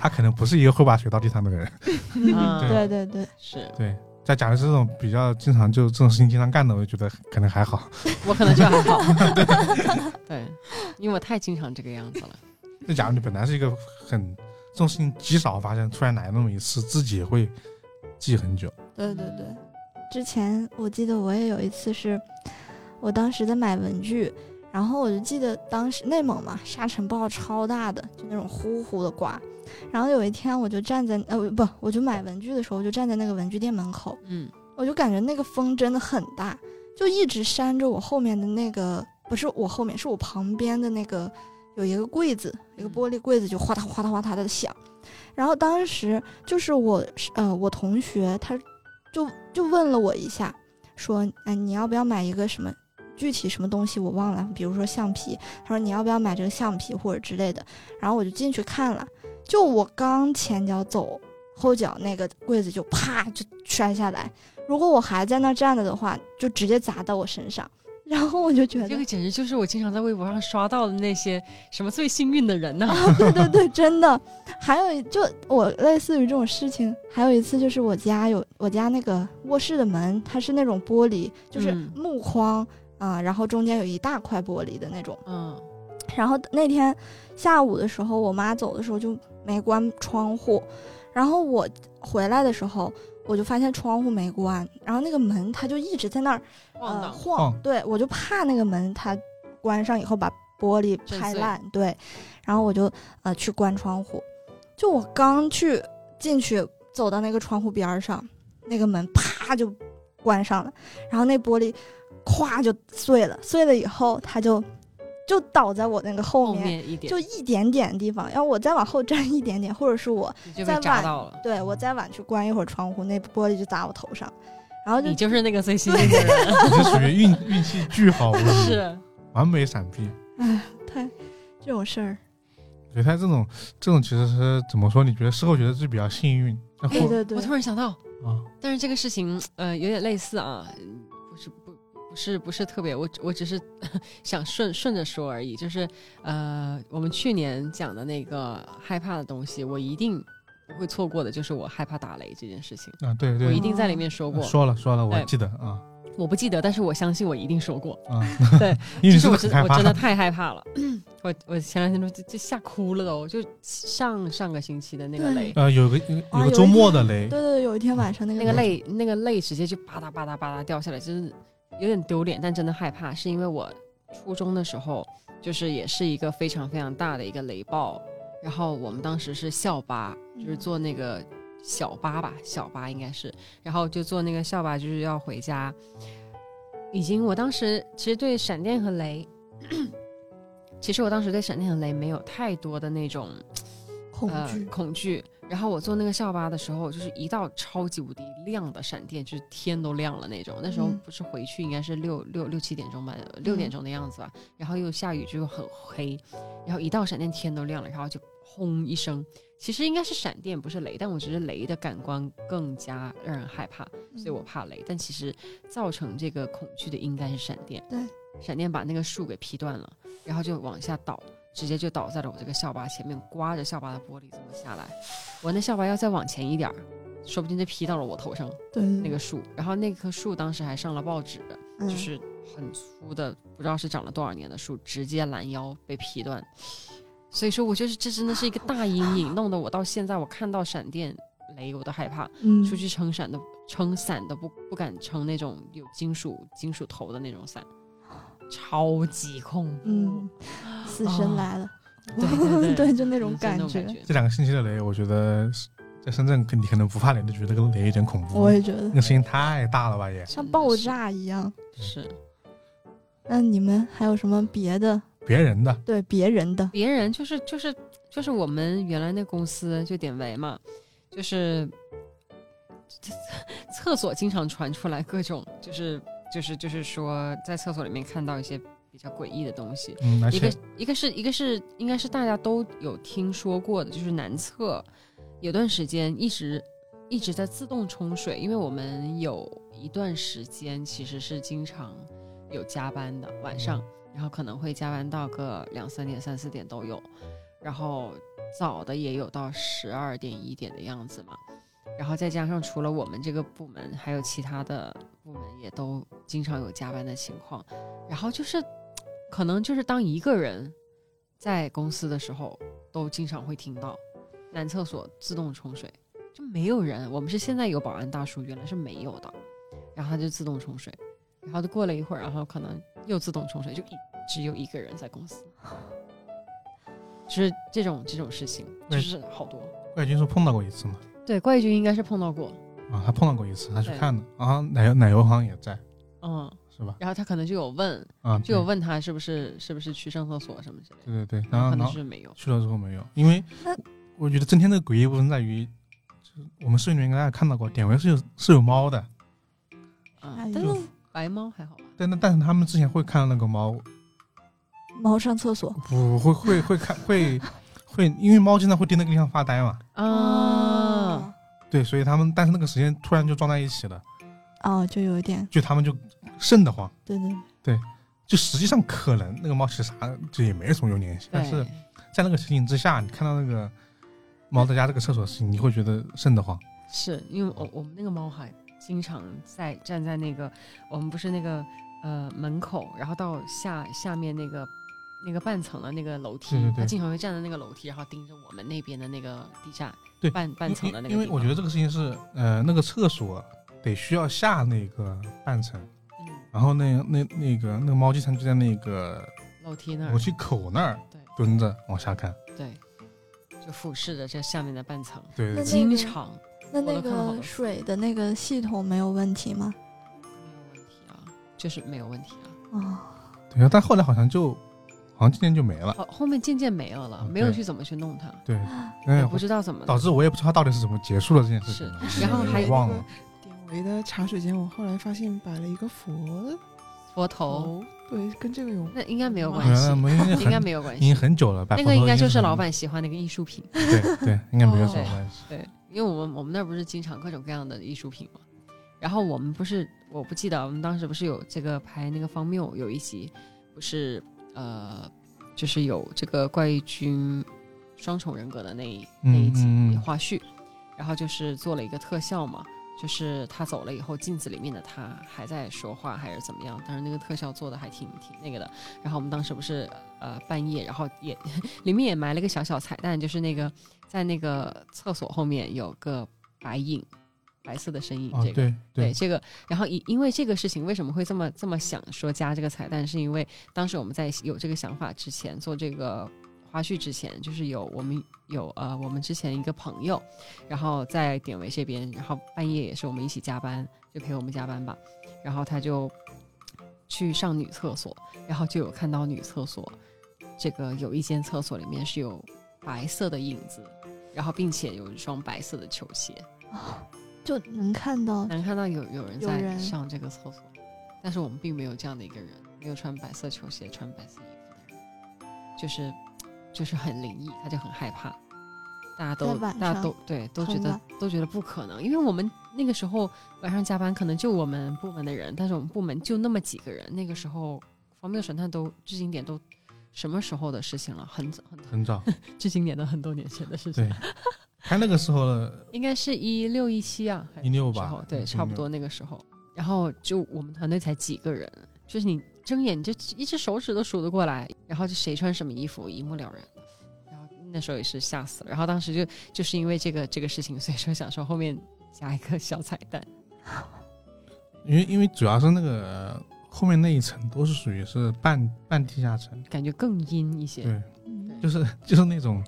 他可能不是一个会把水倒地上的人，嗯对对对，是对。再假如是这种比较经常就这种事情经常干的，我就觉得可能还好。我可能就还好， 对，因为我太经常这个样子了，那假如你本来是一个很这种事情极少发生，突然来那么一次，自己也会记很久。对对对，之前我记得我也有一次是，我当时在买文具，然后我就记得当时内蒙嘛，沙尘暴超大的，就那种呼呼的刮。然后有一天我就站在呃不，我就买文具的时候，我就站在那个文具店门口，嗯，我就感觉那个风真的很大，就一直扇着我后面的那个，不是我后面，是我旁边的那个有一个柜子，嗯一个玻璃柜子就哗嗒哗嗒哗嗒的响。然后当时就是我呃我同学他就就问了我一下，说哎你要不要买一个什么具体什么东西我忘了，比如说橡皮，他说你要不要买这个橡皮或者之类的，然后我就进去看了，就我刚前脚走，后脚那个柜子就啪就摔下来。如果我还在那儿站着的话，就直接砸到我身上。然后我就觉得这个简直就是我经常在微博上刷到的那些什么最幸运的人呢、啊，对对对，真的。还有一就我类似于这种事情，还有一次就是我家有我家那个卧室的门，它是那种玻璃，就是嗯木框啊、然后中间有一大块玻璃的那种。嗯，然后那天下午的时候，我妈走的时候就没关窗户，然后我回来的时候，我就发现窗户没关，然后那个门它就一直在那儿忘呃、了，晃晃，对我就怕那个门它关上以后把玻璃震拍碎烂，对，然后我就呃去关窗户，就我刚去进去走到那个窗户边儿上，那个门啪就关上了，然后那玻璃咵就碎了，碎了以后它就就倒在我那个后后面。面一点就一点点的地方，要我再往后站一点点，或者是我你就再被晚扎到了，对我再晚去关一会儿窗户，那玻璃就砸我头上，然后就你就是那个最幸运的人，你这属于运运气巨好，我觉得 是完美闪避。哎，太这种事儿，所以他这种这种其实是怎么说？你觉得事后觉得是比较幸运，哎但对后对对我，突然想到，啊，但是这个事情呃有点类似啊，嗯不是不不是不是特别，我我只是 想顺顺着说而已，就是呃我们去年讲的那个害怕的东西，我一定不会错过的，就是我害怕打雷这件事情，啊，对我一对，嗯定在里面说过，哎说了说了，我对记得啊我不记得，但是我相信我一定说过，啊， 对， 因为你就是是我很真害我真的怕，太害怕了， 我我前两天都就就吓哭了都，就上上个星期的那个对雷， 呃，有个有个有啊有个一周末的天雷哎对，对对，有一天晚上那个那个泪，泪，那个泪直接就吧嗒吧嗒吧嗒掉下来，真是有点丢脸，但真的害怕，是因为我初中的时候，就是也是一个非常非常大的一个雷暴，然后我们当时是校巴，就是嗯坐那个小巴吧，小巴应该是，然后就坐那个校巴，就是要回家，已经我当时其实对闪电和雷。 其实我当时对闪电和雷没有太多的那种恐呃、，惧恐惧。然后我坐那个校巴的时候，就是一道超级无敌亮的闪电，就是天都亮了那种。那时候嗯不是回去应该是六六六七点钟吧，六点钟的样子吧。然后又下雨，就很黑。然后一道闪电，天都亮了，然后就轰一声。其实应该是闪电，不是雷，但我觉得雷的感官更加让人害怕，所以嗯我怕雷。但其实造成这个恐惧的应该是闪电。对，闪电把那个树给劈断了，然后就往下倒，直接就倒在了我这个校巴前面，刮着校巴的玻璃这么下来。我那校巴要再往前一点儿，说不定就劈到了我头上对对那个树。然后那棵树当时还上了报纸，嗯就是很粗的，不知道是长了多少年的树，直接拦腰被劈断。所以说，我觉得这真的是一个大阴影，弄得我到现在我看到闪电雷我都害怕，嗯出去撑伞都撑伞都不不敢撑那种有金属金属头的那种伞，超级恐怖。嗯，啊死神来了，对 对对，就那那种感觉，这两个星期的雷，我觉得是在深圳，可你可能不怕雷，就觉得这个雷有点恐怖我，也觉得嗯那个声音太大了吧也。像爆炸一样。是那你们还有什么别的？别人的对别人的，别人就是就是就是我们原来那公司就典韦嘛，就是 厕厕所经常传出来各种就是就是就是说在厕所里面看到一些比较诡异的东西，嗯，而一且个一个是一个是应该是大家都有听说过的，就是男厕有段时间一直一直在自动冲水，因为我们有一段时间其实是经常有加班的，晚上，然后可能会加班到个两三点、三四点都有，然后早的也有到十二点、一点的样子嘛。然后再加上除了我们这个部门，还有其他的部门也都经常有加班的情况。然后就是，可能就是当一个人在公司的时候，都经常会听到男厕所自动冲水，就没有人。我们是现在有保安大叔，原来是没有的。然后他就自动冲水，然后就过了一会儿，然后可能又自动冲水，就一只有一个人在公司，就是这种这种事情，就对是好多。怪军是碰到过一次嘛？对，怪君应该是碰到过，啊，他碰到过一次，他去对看的啊，奶油奶油好像也在嗯，是吧？然后他可能就有问，啊，就有对问他是不是是不是去上厕所什么之类的，对对对，然然后后可然能后是没有，去了之后没有，因为那我觉得增添的诡异部分在于，就是我们视频里面大家看到过，典韦是有是有猫的，哎嗯，呦但是白猫还好吧，但那但是他们之前会看到那个猫，猫上厕所，不会会会看会会，因为猫经常会盯那个地方发呆嘛，啊，对，所以他们但是那个时间突然就撞在一起了，哦，就有一点，就他们就瘆得慌，对对，就实际上可能那个猫其实啥就也没什么有联系，但是对，在那个情景之下，你看到那个猫在家这个厕所的事情，你会觉得瘆得慌。是因为我我们那个猫还经常在站在那个我们不是那个呃门口，然后到下下面那个。那个半层的那个楼梯对对，对它经常会站在那个楼梯，然后盯着我们那边的那个地下对半半层的那个地因方。为因为我觉得这个事情是，呃，那个厕所得需要下那个半层，嗯然后那那那个那个猫经常就在那个楼梯那儿楼，梯口那儿对蹲着往下看。对，就俯视着这下面的半层，对对那对，经常那我都那看了好个多次水的那个系统没有问题吗？没有问题啊，就是没有问题啊。啊、对，但后来好像就好像今年就没了。后后面渐渐没有了，嗯没有对去怎么去弄它，对，啊也哎，不知道怎么导致我也不知道它到底是怎么结束了这件事情的。是然后还有我忘了，典韦的茶水间，我后来发现摆了一个佛佛头，，对，跟这个有那应该没有关嗯原系来，没应该 应该很没有关已经系。很久了，百那分个之应该一就是很老板喜欢那个艺术品，对对，应该没有什么哦关系。对，因为我们我们那儿不是经常各种各样的艺术品嘛。然后我们不是，我不记得我们当时不是有这个拍那个方谬有一集，不是呃，就是有这个怪异君双重人格的那一那一集嗯嗯嗯花絮，然后就是做了一个特效嘛，就是他走了以后，镜子里面的他还在说话还是怎么样，但是那个特效做的还挺挺那个的。然后我们当时不是呃半夜，然后也里面也埋了个小小彩蛋，就是那个在那个厕所后面有个白影，白色的身影，啊这，个、对对对，这个，然后因因为这个事情为什么会这么这么想说加这个彩蛋，是因为当时我们在有这个想法之前做这个花絮之前，就是有我们有呃我们之前一个朋友，然后在典韦这边，然后半夜也是我们一起加班，就陪我们加班吧，然后他就去上女厕所，然后就有看到女厕所这个有一间厕所里面是有白色的影子，然后并且有一双白色的球鞋。就能看到，能看到有有人有在人上这个厕所，但是我们并没有这样的一个人，没有穿白色球鞋、穿白色衣服的人，就是就是很灵异，他就很害怕。大家都在晚大家上都对都觉很得晚都觉得不可能，因为我们那个时候晚上加班，可能就我们部门的人，但是我们部门就那么几个人，那个时候方面神探都至今点都什么时候的事情了，很早很很 早，至今点都很多年前的事情对，他那个时候的应该是一六一七啊，还是16什么吧嗯时候对， 16差不多那个时候。然后就我们团队才几个人，就是你睁眼你就一只手指都数得过来，然后就谁穿什么衣服一目了然。然后那时候也是吓死了，然后当时就就是因为这个这个事情，所以说想说后面加一个小彩蛋。因为因为主要是那个后面那一层都是属于是半半地下层，感觉更阴一些，对，哦嗯就是就是那种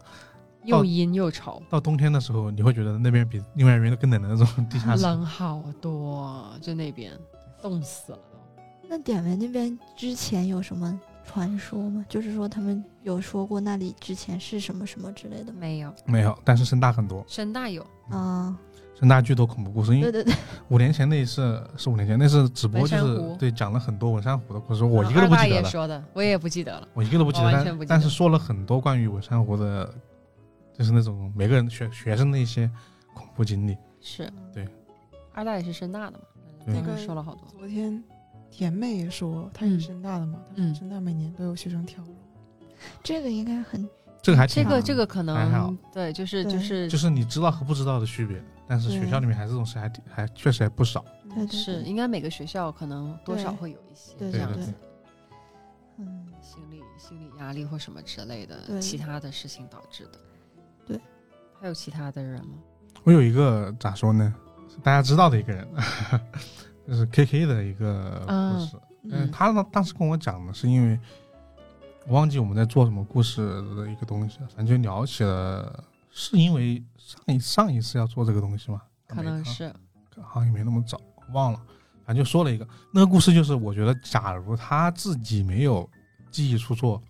又阴又潮，到冬天的时候，你会觉得那边比另外一边都更冷的那种地下层。冷好多，就那边冻死了都。那典韦那边之前有什么传说吗？就是说他们有说过那里之前是什么什么之类的吗？没有，没有，但是深大很多，深大有，啊、深大巨多恐怖故事。因对为对对，五年前那一次是五年前那次直播，就文山是湖嗯对讲了很多文山湖的故事，我一个都二不大记得爷了，说的，我也不记得了。我一个都不记我得，完全不但记得但是说了很多关于文山湖的，就是那种每个人学学生的一些恐怖经历。是对，二代也是深大的嘛，对咱那们个说了好多，昨天甜妹也说，她也是深大的嘛，她嗯说深大每年都有学生跳楼，这个应该很这个还 这挺个好这个可还好能对，就是就嗯对是就是你知道和不知道的区别，但是学校里面还是这种事还挺还确实还不少。对对对是应该每个学校可能多少对会有一些对这对样对子对对，嗯，心理心理压力或什么之类的对其他的事情导致的。对，还有其他的人吗？我有一个咋说呢，是大家知道的一个人， 就是 K K 的一个嗯故事。嗯，嗯他呢当时跟我讲的是因为我忘记我们在做什么故事的一个东西了，反正就聊起了，是因为上一上一次要做这个东西吗？可没能看是好像也没那么早，忘了，反正就说了一个那个故事，就是我觉得，假如他自己没有记忆出错，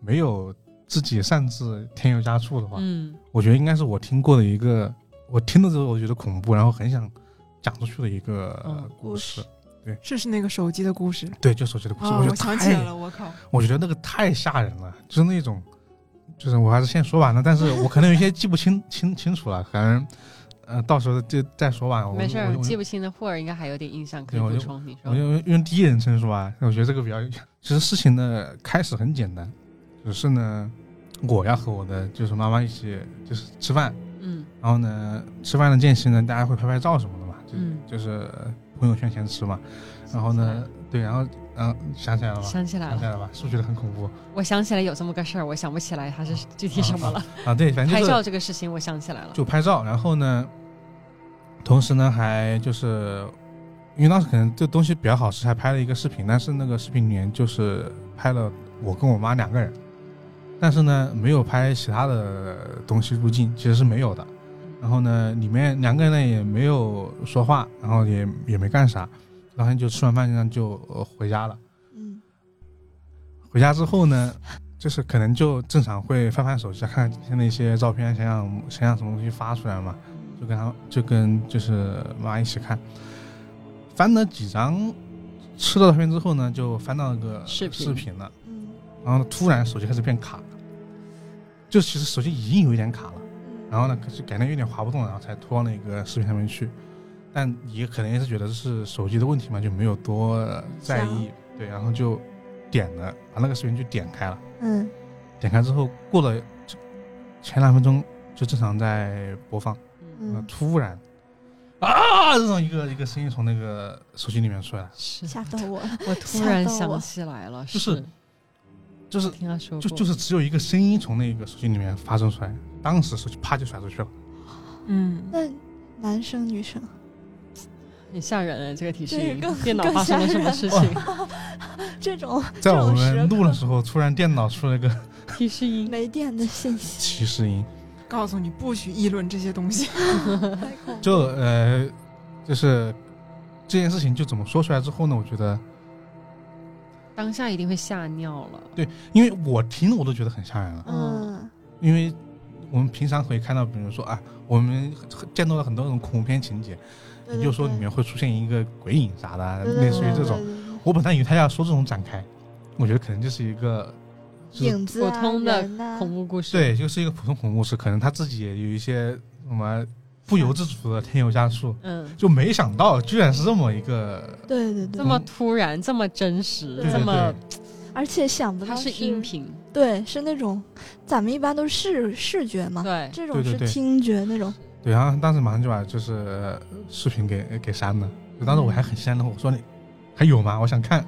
没有自己擅自添油加醋的话，嗯我觉得应该是我听过的一个，我听的时候我觉得恐怖，然后很想讲出去的一个嗯呃故事。是是那个手机的故事对，就手机的故事，啊！觉我得想起来太，了，我靠，我觉得那个太吓人了，就是那种，就是我还是先说吧，那但是我可能有一些记不清 清清楚了，可能。呃，到时候就再说吧。我没事儿我我记不清的霍尔应该还有点印象可对以我补就充。你我说，用用第一人称说啊，我觉得这个比较有。其实事情的开始很简单，只是呢，我要和我的就是妈妈一起就是吃饭，嗯然后呢，吃饭的间隙呢，大家会拍拍照什么的嘛，就、嗯，就是朋友圈前吃嘛。然后呢，对，然后嗯、想起来了吧？想起来想起了，来了吧？是不是觉得很恐怖我想起来有这么个事儿，我想不起来它是具体什么了。啊？对，反正拍就是照这个事情，我想起来了。就拍照，然后呢，同时呢还就是，因为当时可能这东西比较好吃，还拍了一个视频，但是那个视频里面就是拍了我跟我妈两个人，但是呢没有拍其他的东西入镜，其实是没有的。然后呢，里面两个人呢也没有说话，然后也也没干啥，然后就吃完饭这样就呃回家了。嗯，回家之后呢，就是可能就正常会翻翻手机，看啊看今天的一些照片，想想想想什么东西发出来嘛，就跟他就跟就是妈一起看，翻了几张吃的照片之后呢，就翻到那个视频视频了，嗯然后突然手机开始变卡了，就其实手机已经有一点卡了，然后呢就感觉有点滑不动了，然后才拖到那个视频上面去，但也可能也是觉得是手机的问题嘛，就没有多在意，对，然后就点了，把那个视频就点开了。嗯点开之后，过了就前两分钟就正常在播放，嗯，然后嗯，突然啊，这种一个一个声音从那个手机里面出来了，是吓到我了，我突吓然到想我起来了，就是就是我听他说就过就是只有一个声音从那个手机里面发生出来，当时手机啪就甩出去了，嗯，那男生女生 很吓人哎，这个提示对音更，电脑更发生了吓什么人事情？这种在我这种时们刻录的时候，突然电脑出了一个提示音，没电的信息， 提示音，告诉你不许议论这些东西，太恐怖就呃，就是这件事情就怎么说出来之后呢？我觉得，当下一定会吓尿了。因为我听了我都觉得很吓人了，嗯因为我们平常可以看到，比如说啊，我们见到了很多那种恐怖片情节，对你对就说里对面会出现一个鬼影啥的，对对类似于对这对种。对对我本来以为他要说这种展开，我觉得可能就是一个就是影子普啊通的人呐恐怖故事，对，就是一个普通恐怖故事，可能他自己也有一些什么不由自主的添油加醋，嗯，就没想到居然是这么一个，对对这对，么突然，这么真实，对这对么对，而且想不它到是音，频，对，是那种咱们一般都是视视觉嘛，对，这对种对是对听觉那种，对，然后当时马上就把就是呃视频给给删了。就当时我还很心疼，我说你还有吗？我想 看，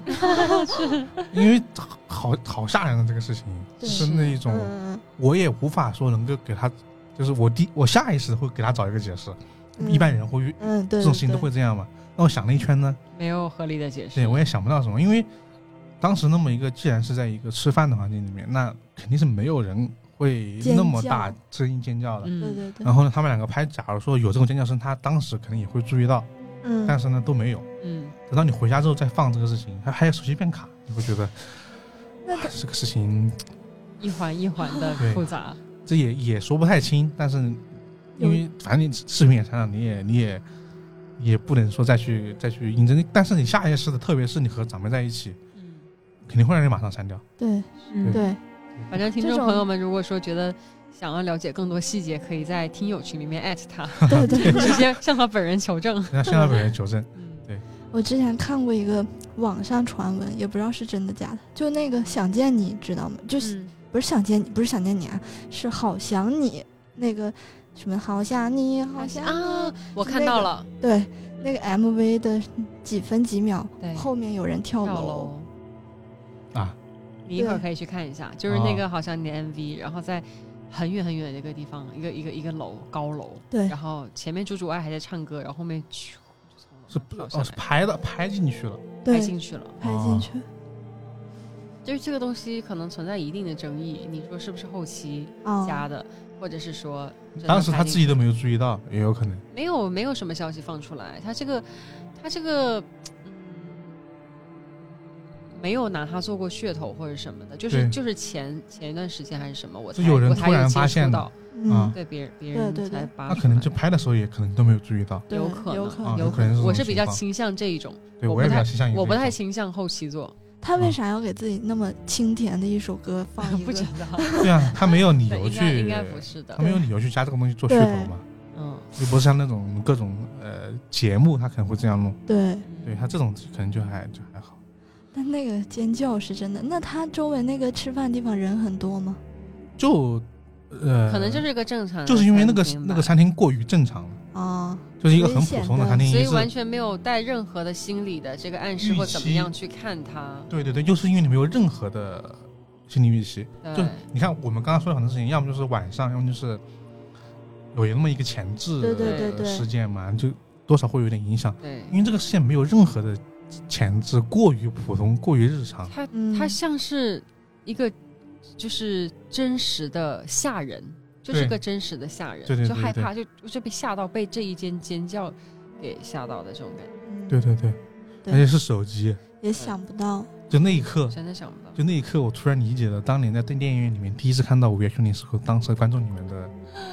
因为好好吓人的这个事情，对是那一种、嗯，我也无法说能够给他，就是我第我下意识会给他找一个解释。嗯一般人会嗯，这对，对种事情都对会这样嘛？那我想了一圈呢，没有合理的解释对。我也想不到什么，因为当时那么一个，既然是在一个吃饭的环境里面，那肯定是没有人会尖那么叫大声音尖叫的。对嗯，对对，然后呢，他们两个拍，假如说有这种尖叫声，他当时可能也会注意到，嗯，但是呢都没有。嗯，等到你回家之后再放这个事情，还还有手机变卡，你会觉得那哇这个事情一环一环的对复杂，这也也说不太清，但是因为反正你视频也删了，你也你也也不能说再去再去印证，但是你下意识的，特别是你和长辈在一起，嗯，肯定会让你马上删掉。对嗯对，反正听这众种朋友们，如果说觉得想要了解更多细节，可以在听友群里面艾特他， 对对直接向他本人求证。那向他本人求证。嗯我之前看过一个网上传闻，也不知道是真的假的，就那个想见你知道吗？就是、嗯不是想见你，不是想见你啊，是好想你那个什么好想你，好想你啊，我是看那到个了，对那个 MV 的几分几秒对，后面有人跳跳楼，楼啊！你一会儿对可以去看一下，就是那哦个好像你的 MV，然后在很远很远的一个地方，一个一个一个楼高楼，对然后前面朱主爱还在唱歌，然后后面咻就从楼是上跳哦，是下来，排的排进去了。拍对，进去了。拍进去就是这个东西可能存在一定的争议，你说是不是后期啊，加哦的，或者是说真的当时加他进自己都没有注意到，也有可能。没有没有什么消息放出来，他这个他这个嗯，没有拿它做过噱头或者什么的，就是对就是前前一段时间还是什么，我就才有人我才突然接触发现到，嗯，啊对别人别人对对才对扒他出可能来就拍的时候也可能都没有注意到。对有可有能可能啊有有可能是这我种是比较情况倾向这一种，对我我也不比太较倾向于我这不太种倾向后期 做，他为啥要给自己那么清甜的一首歌放一 不个？知道，对啊，他没有理对由应该去，应该不是的他，没有理由去加这个东西做噱头嘛。嗯，又不是像那种各种呃节目，他可能会这样弄。对，嗯对他这种可能就还就还好。但那个尖叫是真的。那他周围那个吃饭地方人很多吗？就呃，可能就是一个正常的餐厅吧，就是因为那个那个餐厅过于正常了，啊，就是一个很普通的餐厅，所一以直完全没有带任何的心理的这个暗示预或怎么期样去看它。对对对，就是因为你没有任何的心理预期。就对是，你看我们刚刚说的很多事情，要么就是晚上，要么就是有那么一个前置对对对的对事件嘛，就多少会有点影响。对，因为这个事件没有任何的前置，过于普通，过于日常。它嗯它像是一个就是真实的吓人，就是对个真实的吓人，对对对就害对怕，就就被吓到，被这一间尖叫给吓到的这种感觉，嗯对对对，对而且是手机，也想不到，就那一刻，真的想不到。就那一刻，我突然理解了当年在电影院里面第一次看到《午夜凶铃》时候，当时观众你们的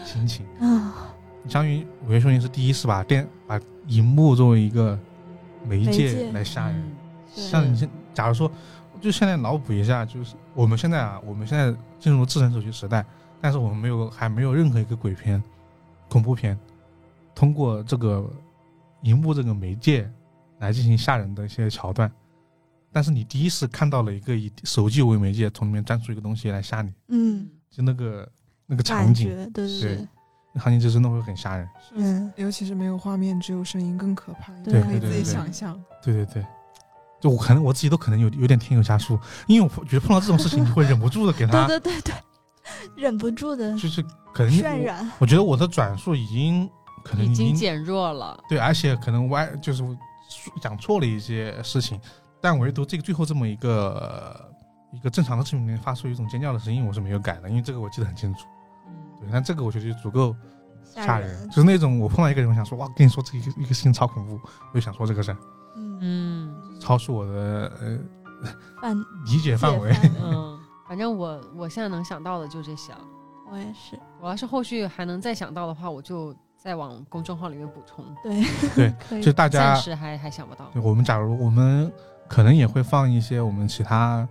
心情。啊，相当于《午夜凶铃》是第一次把电把荧幕作为一个媒媒介介来吓人。嗯对像你是现，假如说，就现在脑补一下，就是我们现在啊，我们现在进入智能手机时代，但是我们没有还没有任何一个鬼片、恐怖片通过这个荧幕这个媒介来进行吓人的一些桥段。但是你第一次看到了一个以手机为媒介，从里面钻出一个东西来吓你，嗯，就那个那个场感景，觉对对对，场景就真的会很吓人。嗯，尤其是没有画面，只有声音更可怕，因为对可以自对己对对想象。对对对，就我可能我自己都可能有有点添油加醋，因为我觉得碰到这种事情，你会忍不住的给他，对对对对，忍不住的就是可能渲我染，我觉得我的转述已经可能已已经经减弱了，对，而且可能歪就是讲错了一些事情，但唯独这个最后这么一个。一个正常的视频里面发出一种尖叫的声音，我是没有改的，因为这个我记得很清楚。对，但这个我觉得就足够嗯吓人，人就，是那种我碰到一个人，我想说哇，跟你说这个一个一个事情超恐怖，我就想说这个事儿嗯，嗯超出我的呃范理解范围。 嗯，反正我我现在能想到的就这些了。我也 是，我要是后续还能再想到的话，我就再往公众号里面补充。对对，可以就，大家暂时还还想不到对，，我们假如我们可能也会放一些我们其他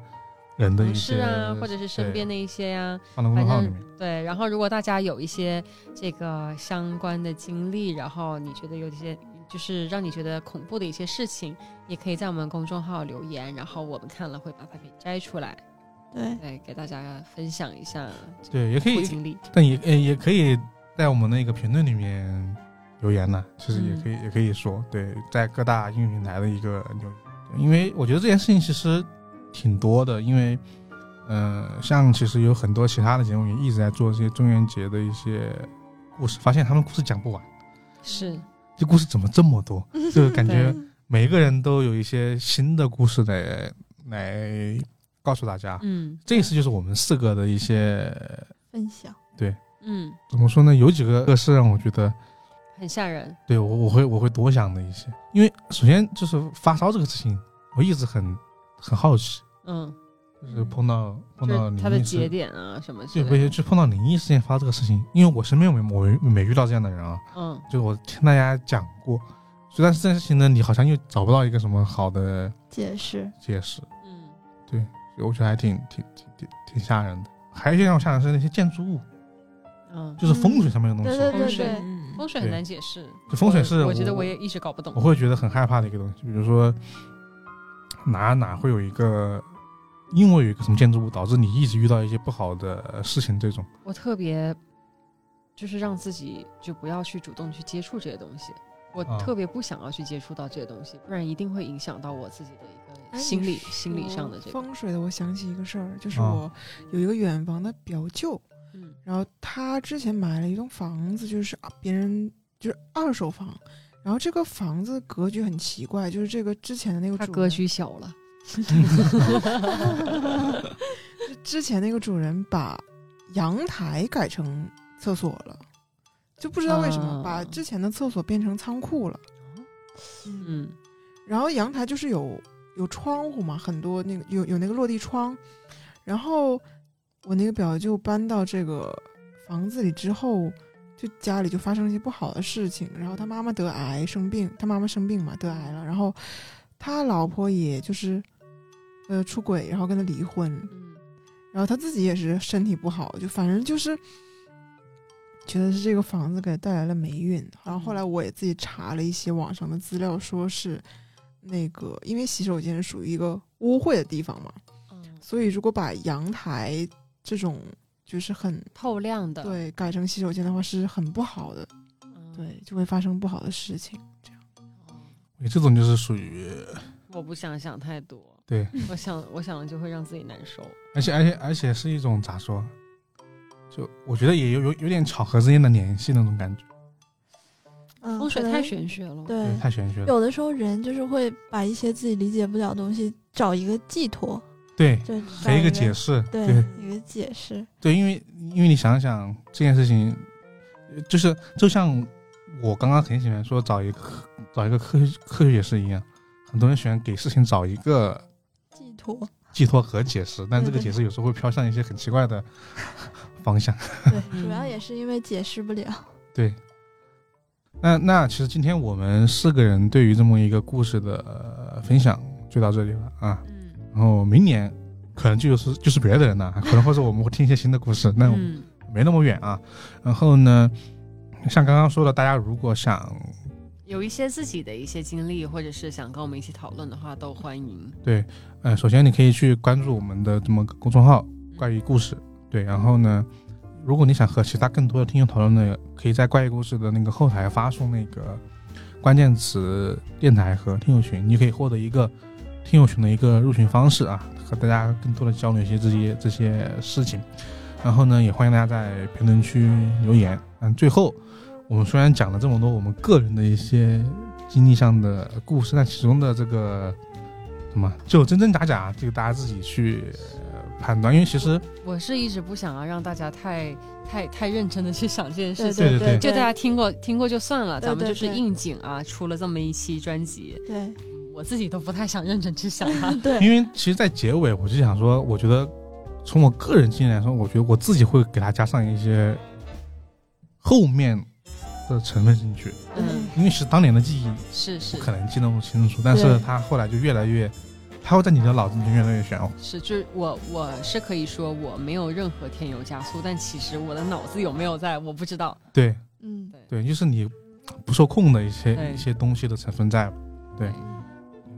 人的一同些事啊，或者是身边的的一些呀、放到公众号里面。对，然后如果大家有一些这个相关的经历，然后你觉得有一些就是让你觉得恐怖的一些事情，也可以在我们公众号留言，然后我们看了会把它给摘出来，对，对，给大家分享一下这对，也可个以，经历。但也呃也可以在我们那个评论里面留言呢、其实也嗯可以、也可以说，对，在各大应用平台的一个留言，对因为我觉得这件事情其实挺多的，因为。呃，像其实有很多其他的节目也一直在做这些中元节的一些故事，发现他们故事讲不完，是，这故事怎么这么 多？就是感觉嗯每一个人都有一些新的故事来来告诉大家。嗯这一次就是我们四个的一些分享，嗯，怎么说呢？有几个是让我觉得很吓人，对我我会我会多想的一些，因为首先就是发烧这个事情，我一直很很好奇，嗯，就是碰到碰就到是灵它的异节事，点啊什么之对，不类的，是就碰到灵异事件发这个事情，因为我身边没我没没遇到这样的人啊，嗯就我听大家讲过，所以但是这件事情呢，你好像又找不到一个什么好的解释，解释。嗯，我觉得还挺挺挺挺挺吓人的。还有一些让我吓人的是那些建筑物，嗯，就是风水上面的东西。对风对水对，嗯风水很难解释，就风水是我我觉得我我也一直搞不懂我。会觉得很害怕的一个东西，比如说哪哪会有一个，因为有一个什么建筑物导致你一直遇到一些不好的事情，这种我特别就是让自己就不要去主动去接触这些东西，我啊特别不想要去接触到这些东西，不然一定会影响到我自己的一哎个你心理说心理上的这个。哦风水的，我想起一个事儿，就是啊我有一个远房的表舅，嗯然后他之前买了一栋房子，就是啊别人就是二手房，然后这个房子格局很奇怪，就是这个之前的那个他主格人局小了，之前那个主人把阳台改成厕所了，就不知道为什么、啊把之前的厕所变成仓库了。哦嗯，嗯，然后阳台就是有有窗户嘛，很多那个有有那个落地窗。然后我那个表舅搬到这个房子里之后，就家里就发生了一些不好的事情。然后他妈妈得癌生病，他妈妈生病嘛得癌了，然后他老婆也就是呃出轨，然后跟他离婚。嗯然后他自己也是身体不好，就反正就是觉得是这个房子给他带来了霉运。然后后来我也自己查了一些网上的资料，说是那个因为洗手间属于一个污秽的地方嘛，嗯，所以如果把阳台这种就是很透亮的，对改成洗手间的话是很不好的，嗯，对，就会发生不好的事情。这样这种就是属于我不想想太多，对， 我想我想了就会让自己难受。而且而且而且是一种咋说，就我觉得也有有有点巧合之间的联系那种感觉，嗯，风水可太能玄学了，对对，太玄学了。有的时候人就是会把一些自己理解不了的东西找一个寄托，对，就找嗯给一一个解，释，对对，一个解释，对，因为因为你想想这件事情，呃就是就像我刚刚很喜欢说找一个科找一个科学科学解释一样，很多人喜欢给事情找一个寄托。寄托和解释，但这个对对解释有时候会飘向一些很奇怪的 方向。 对，嗯主要也是因为解释不了。对，那那其实今天我们四个人对于这么一个故事的、呃分享就到这里了啊，嗯然后明年可能就是就是别的人了，啊可能或者我们会听一些新的故事，那我们嗯没那么远啊。然后呢，像刚刚说的，大家如果想有一些自己的一些经历，或者是想跟我们一起讨论的话，都欢迎。呃，首先你可以去关注我们的这么个公众号“怪异故事”，对，然后呢，如果你想和其他更多的听友讨论呢，可以在“怪异故事”的那个后台发送那个关键词“电台”和听友群，你可以获得一个听友群的一个入群方式啊，和大家更多的交流一些这些这些事情。然后呢，也欢迎大家在评论区留言。嗯，最后我们虽然讲了这么多我们个人的一些经历上的故事，但其中的这个什么就真真假假，这个大家自己去、呃判断。因为其实我是一直不想要让大家太太太认真的去想这件事情，对对对对，就大家听过听过就算了，对咱们对就是对应景啊，出了这么一期专辑，对。我自己都不太想认真去想它 对因为其实，在结尾我就想说，我觉得从我个人经验来说，我觉得我自己会给它加上一些后面的成分进去，嗯，因为是当年的记忆是是不可能记那么清楚，但是对它后来就越来越，它会在你的脑子里越来越玄乎。是，就是我我是可以说我没有任何添油加醋，但其实我的脑子有没有在，我不知道。对嗯，对，就是你不受控的一些对一些东西的成分在。对，哎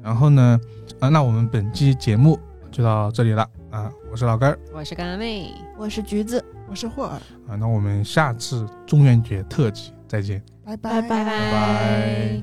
然后呢，啊，那我们本期节目就到这里了啊，我是老根儿。我是甘妹，我是橘子，我是霍尔，啊，那我们下次中元节特辑再见。拜拜拜。拜拜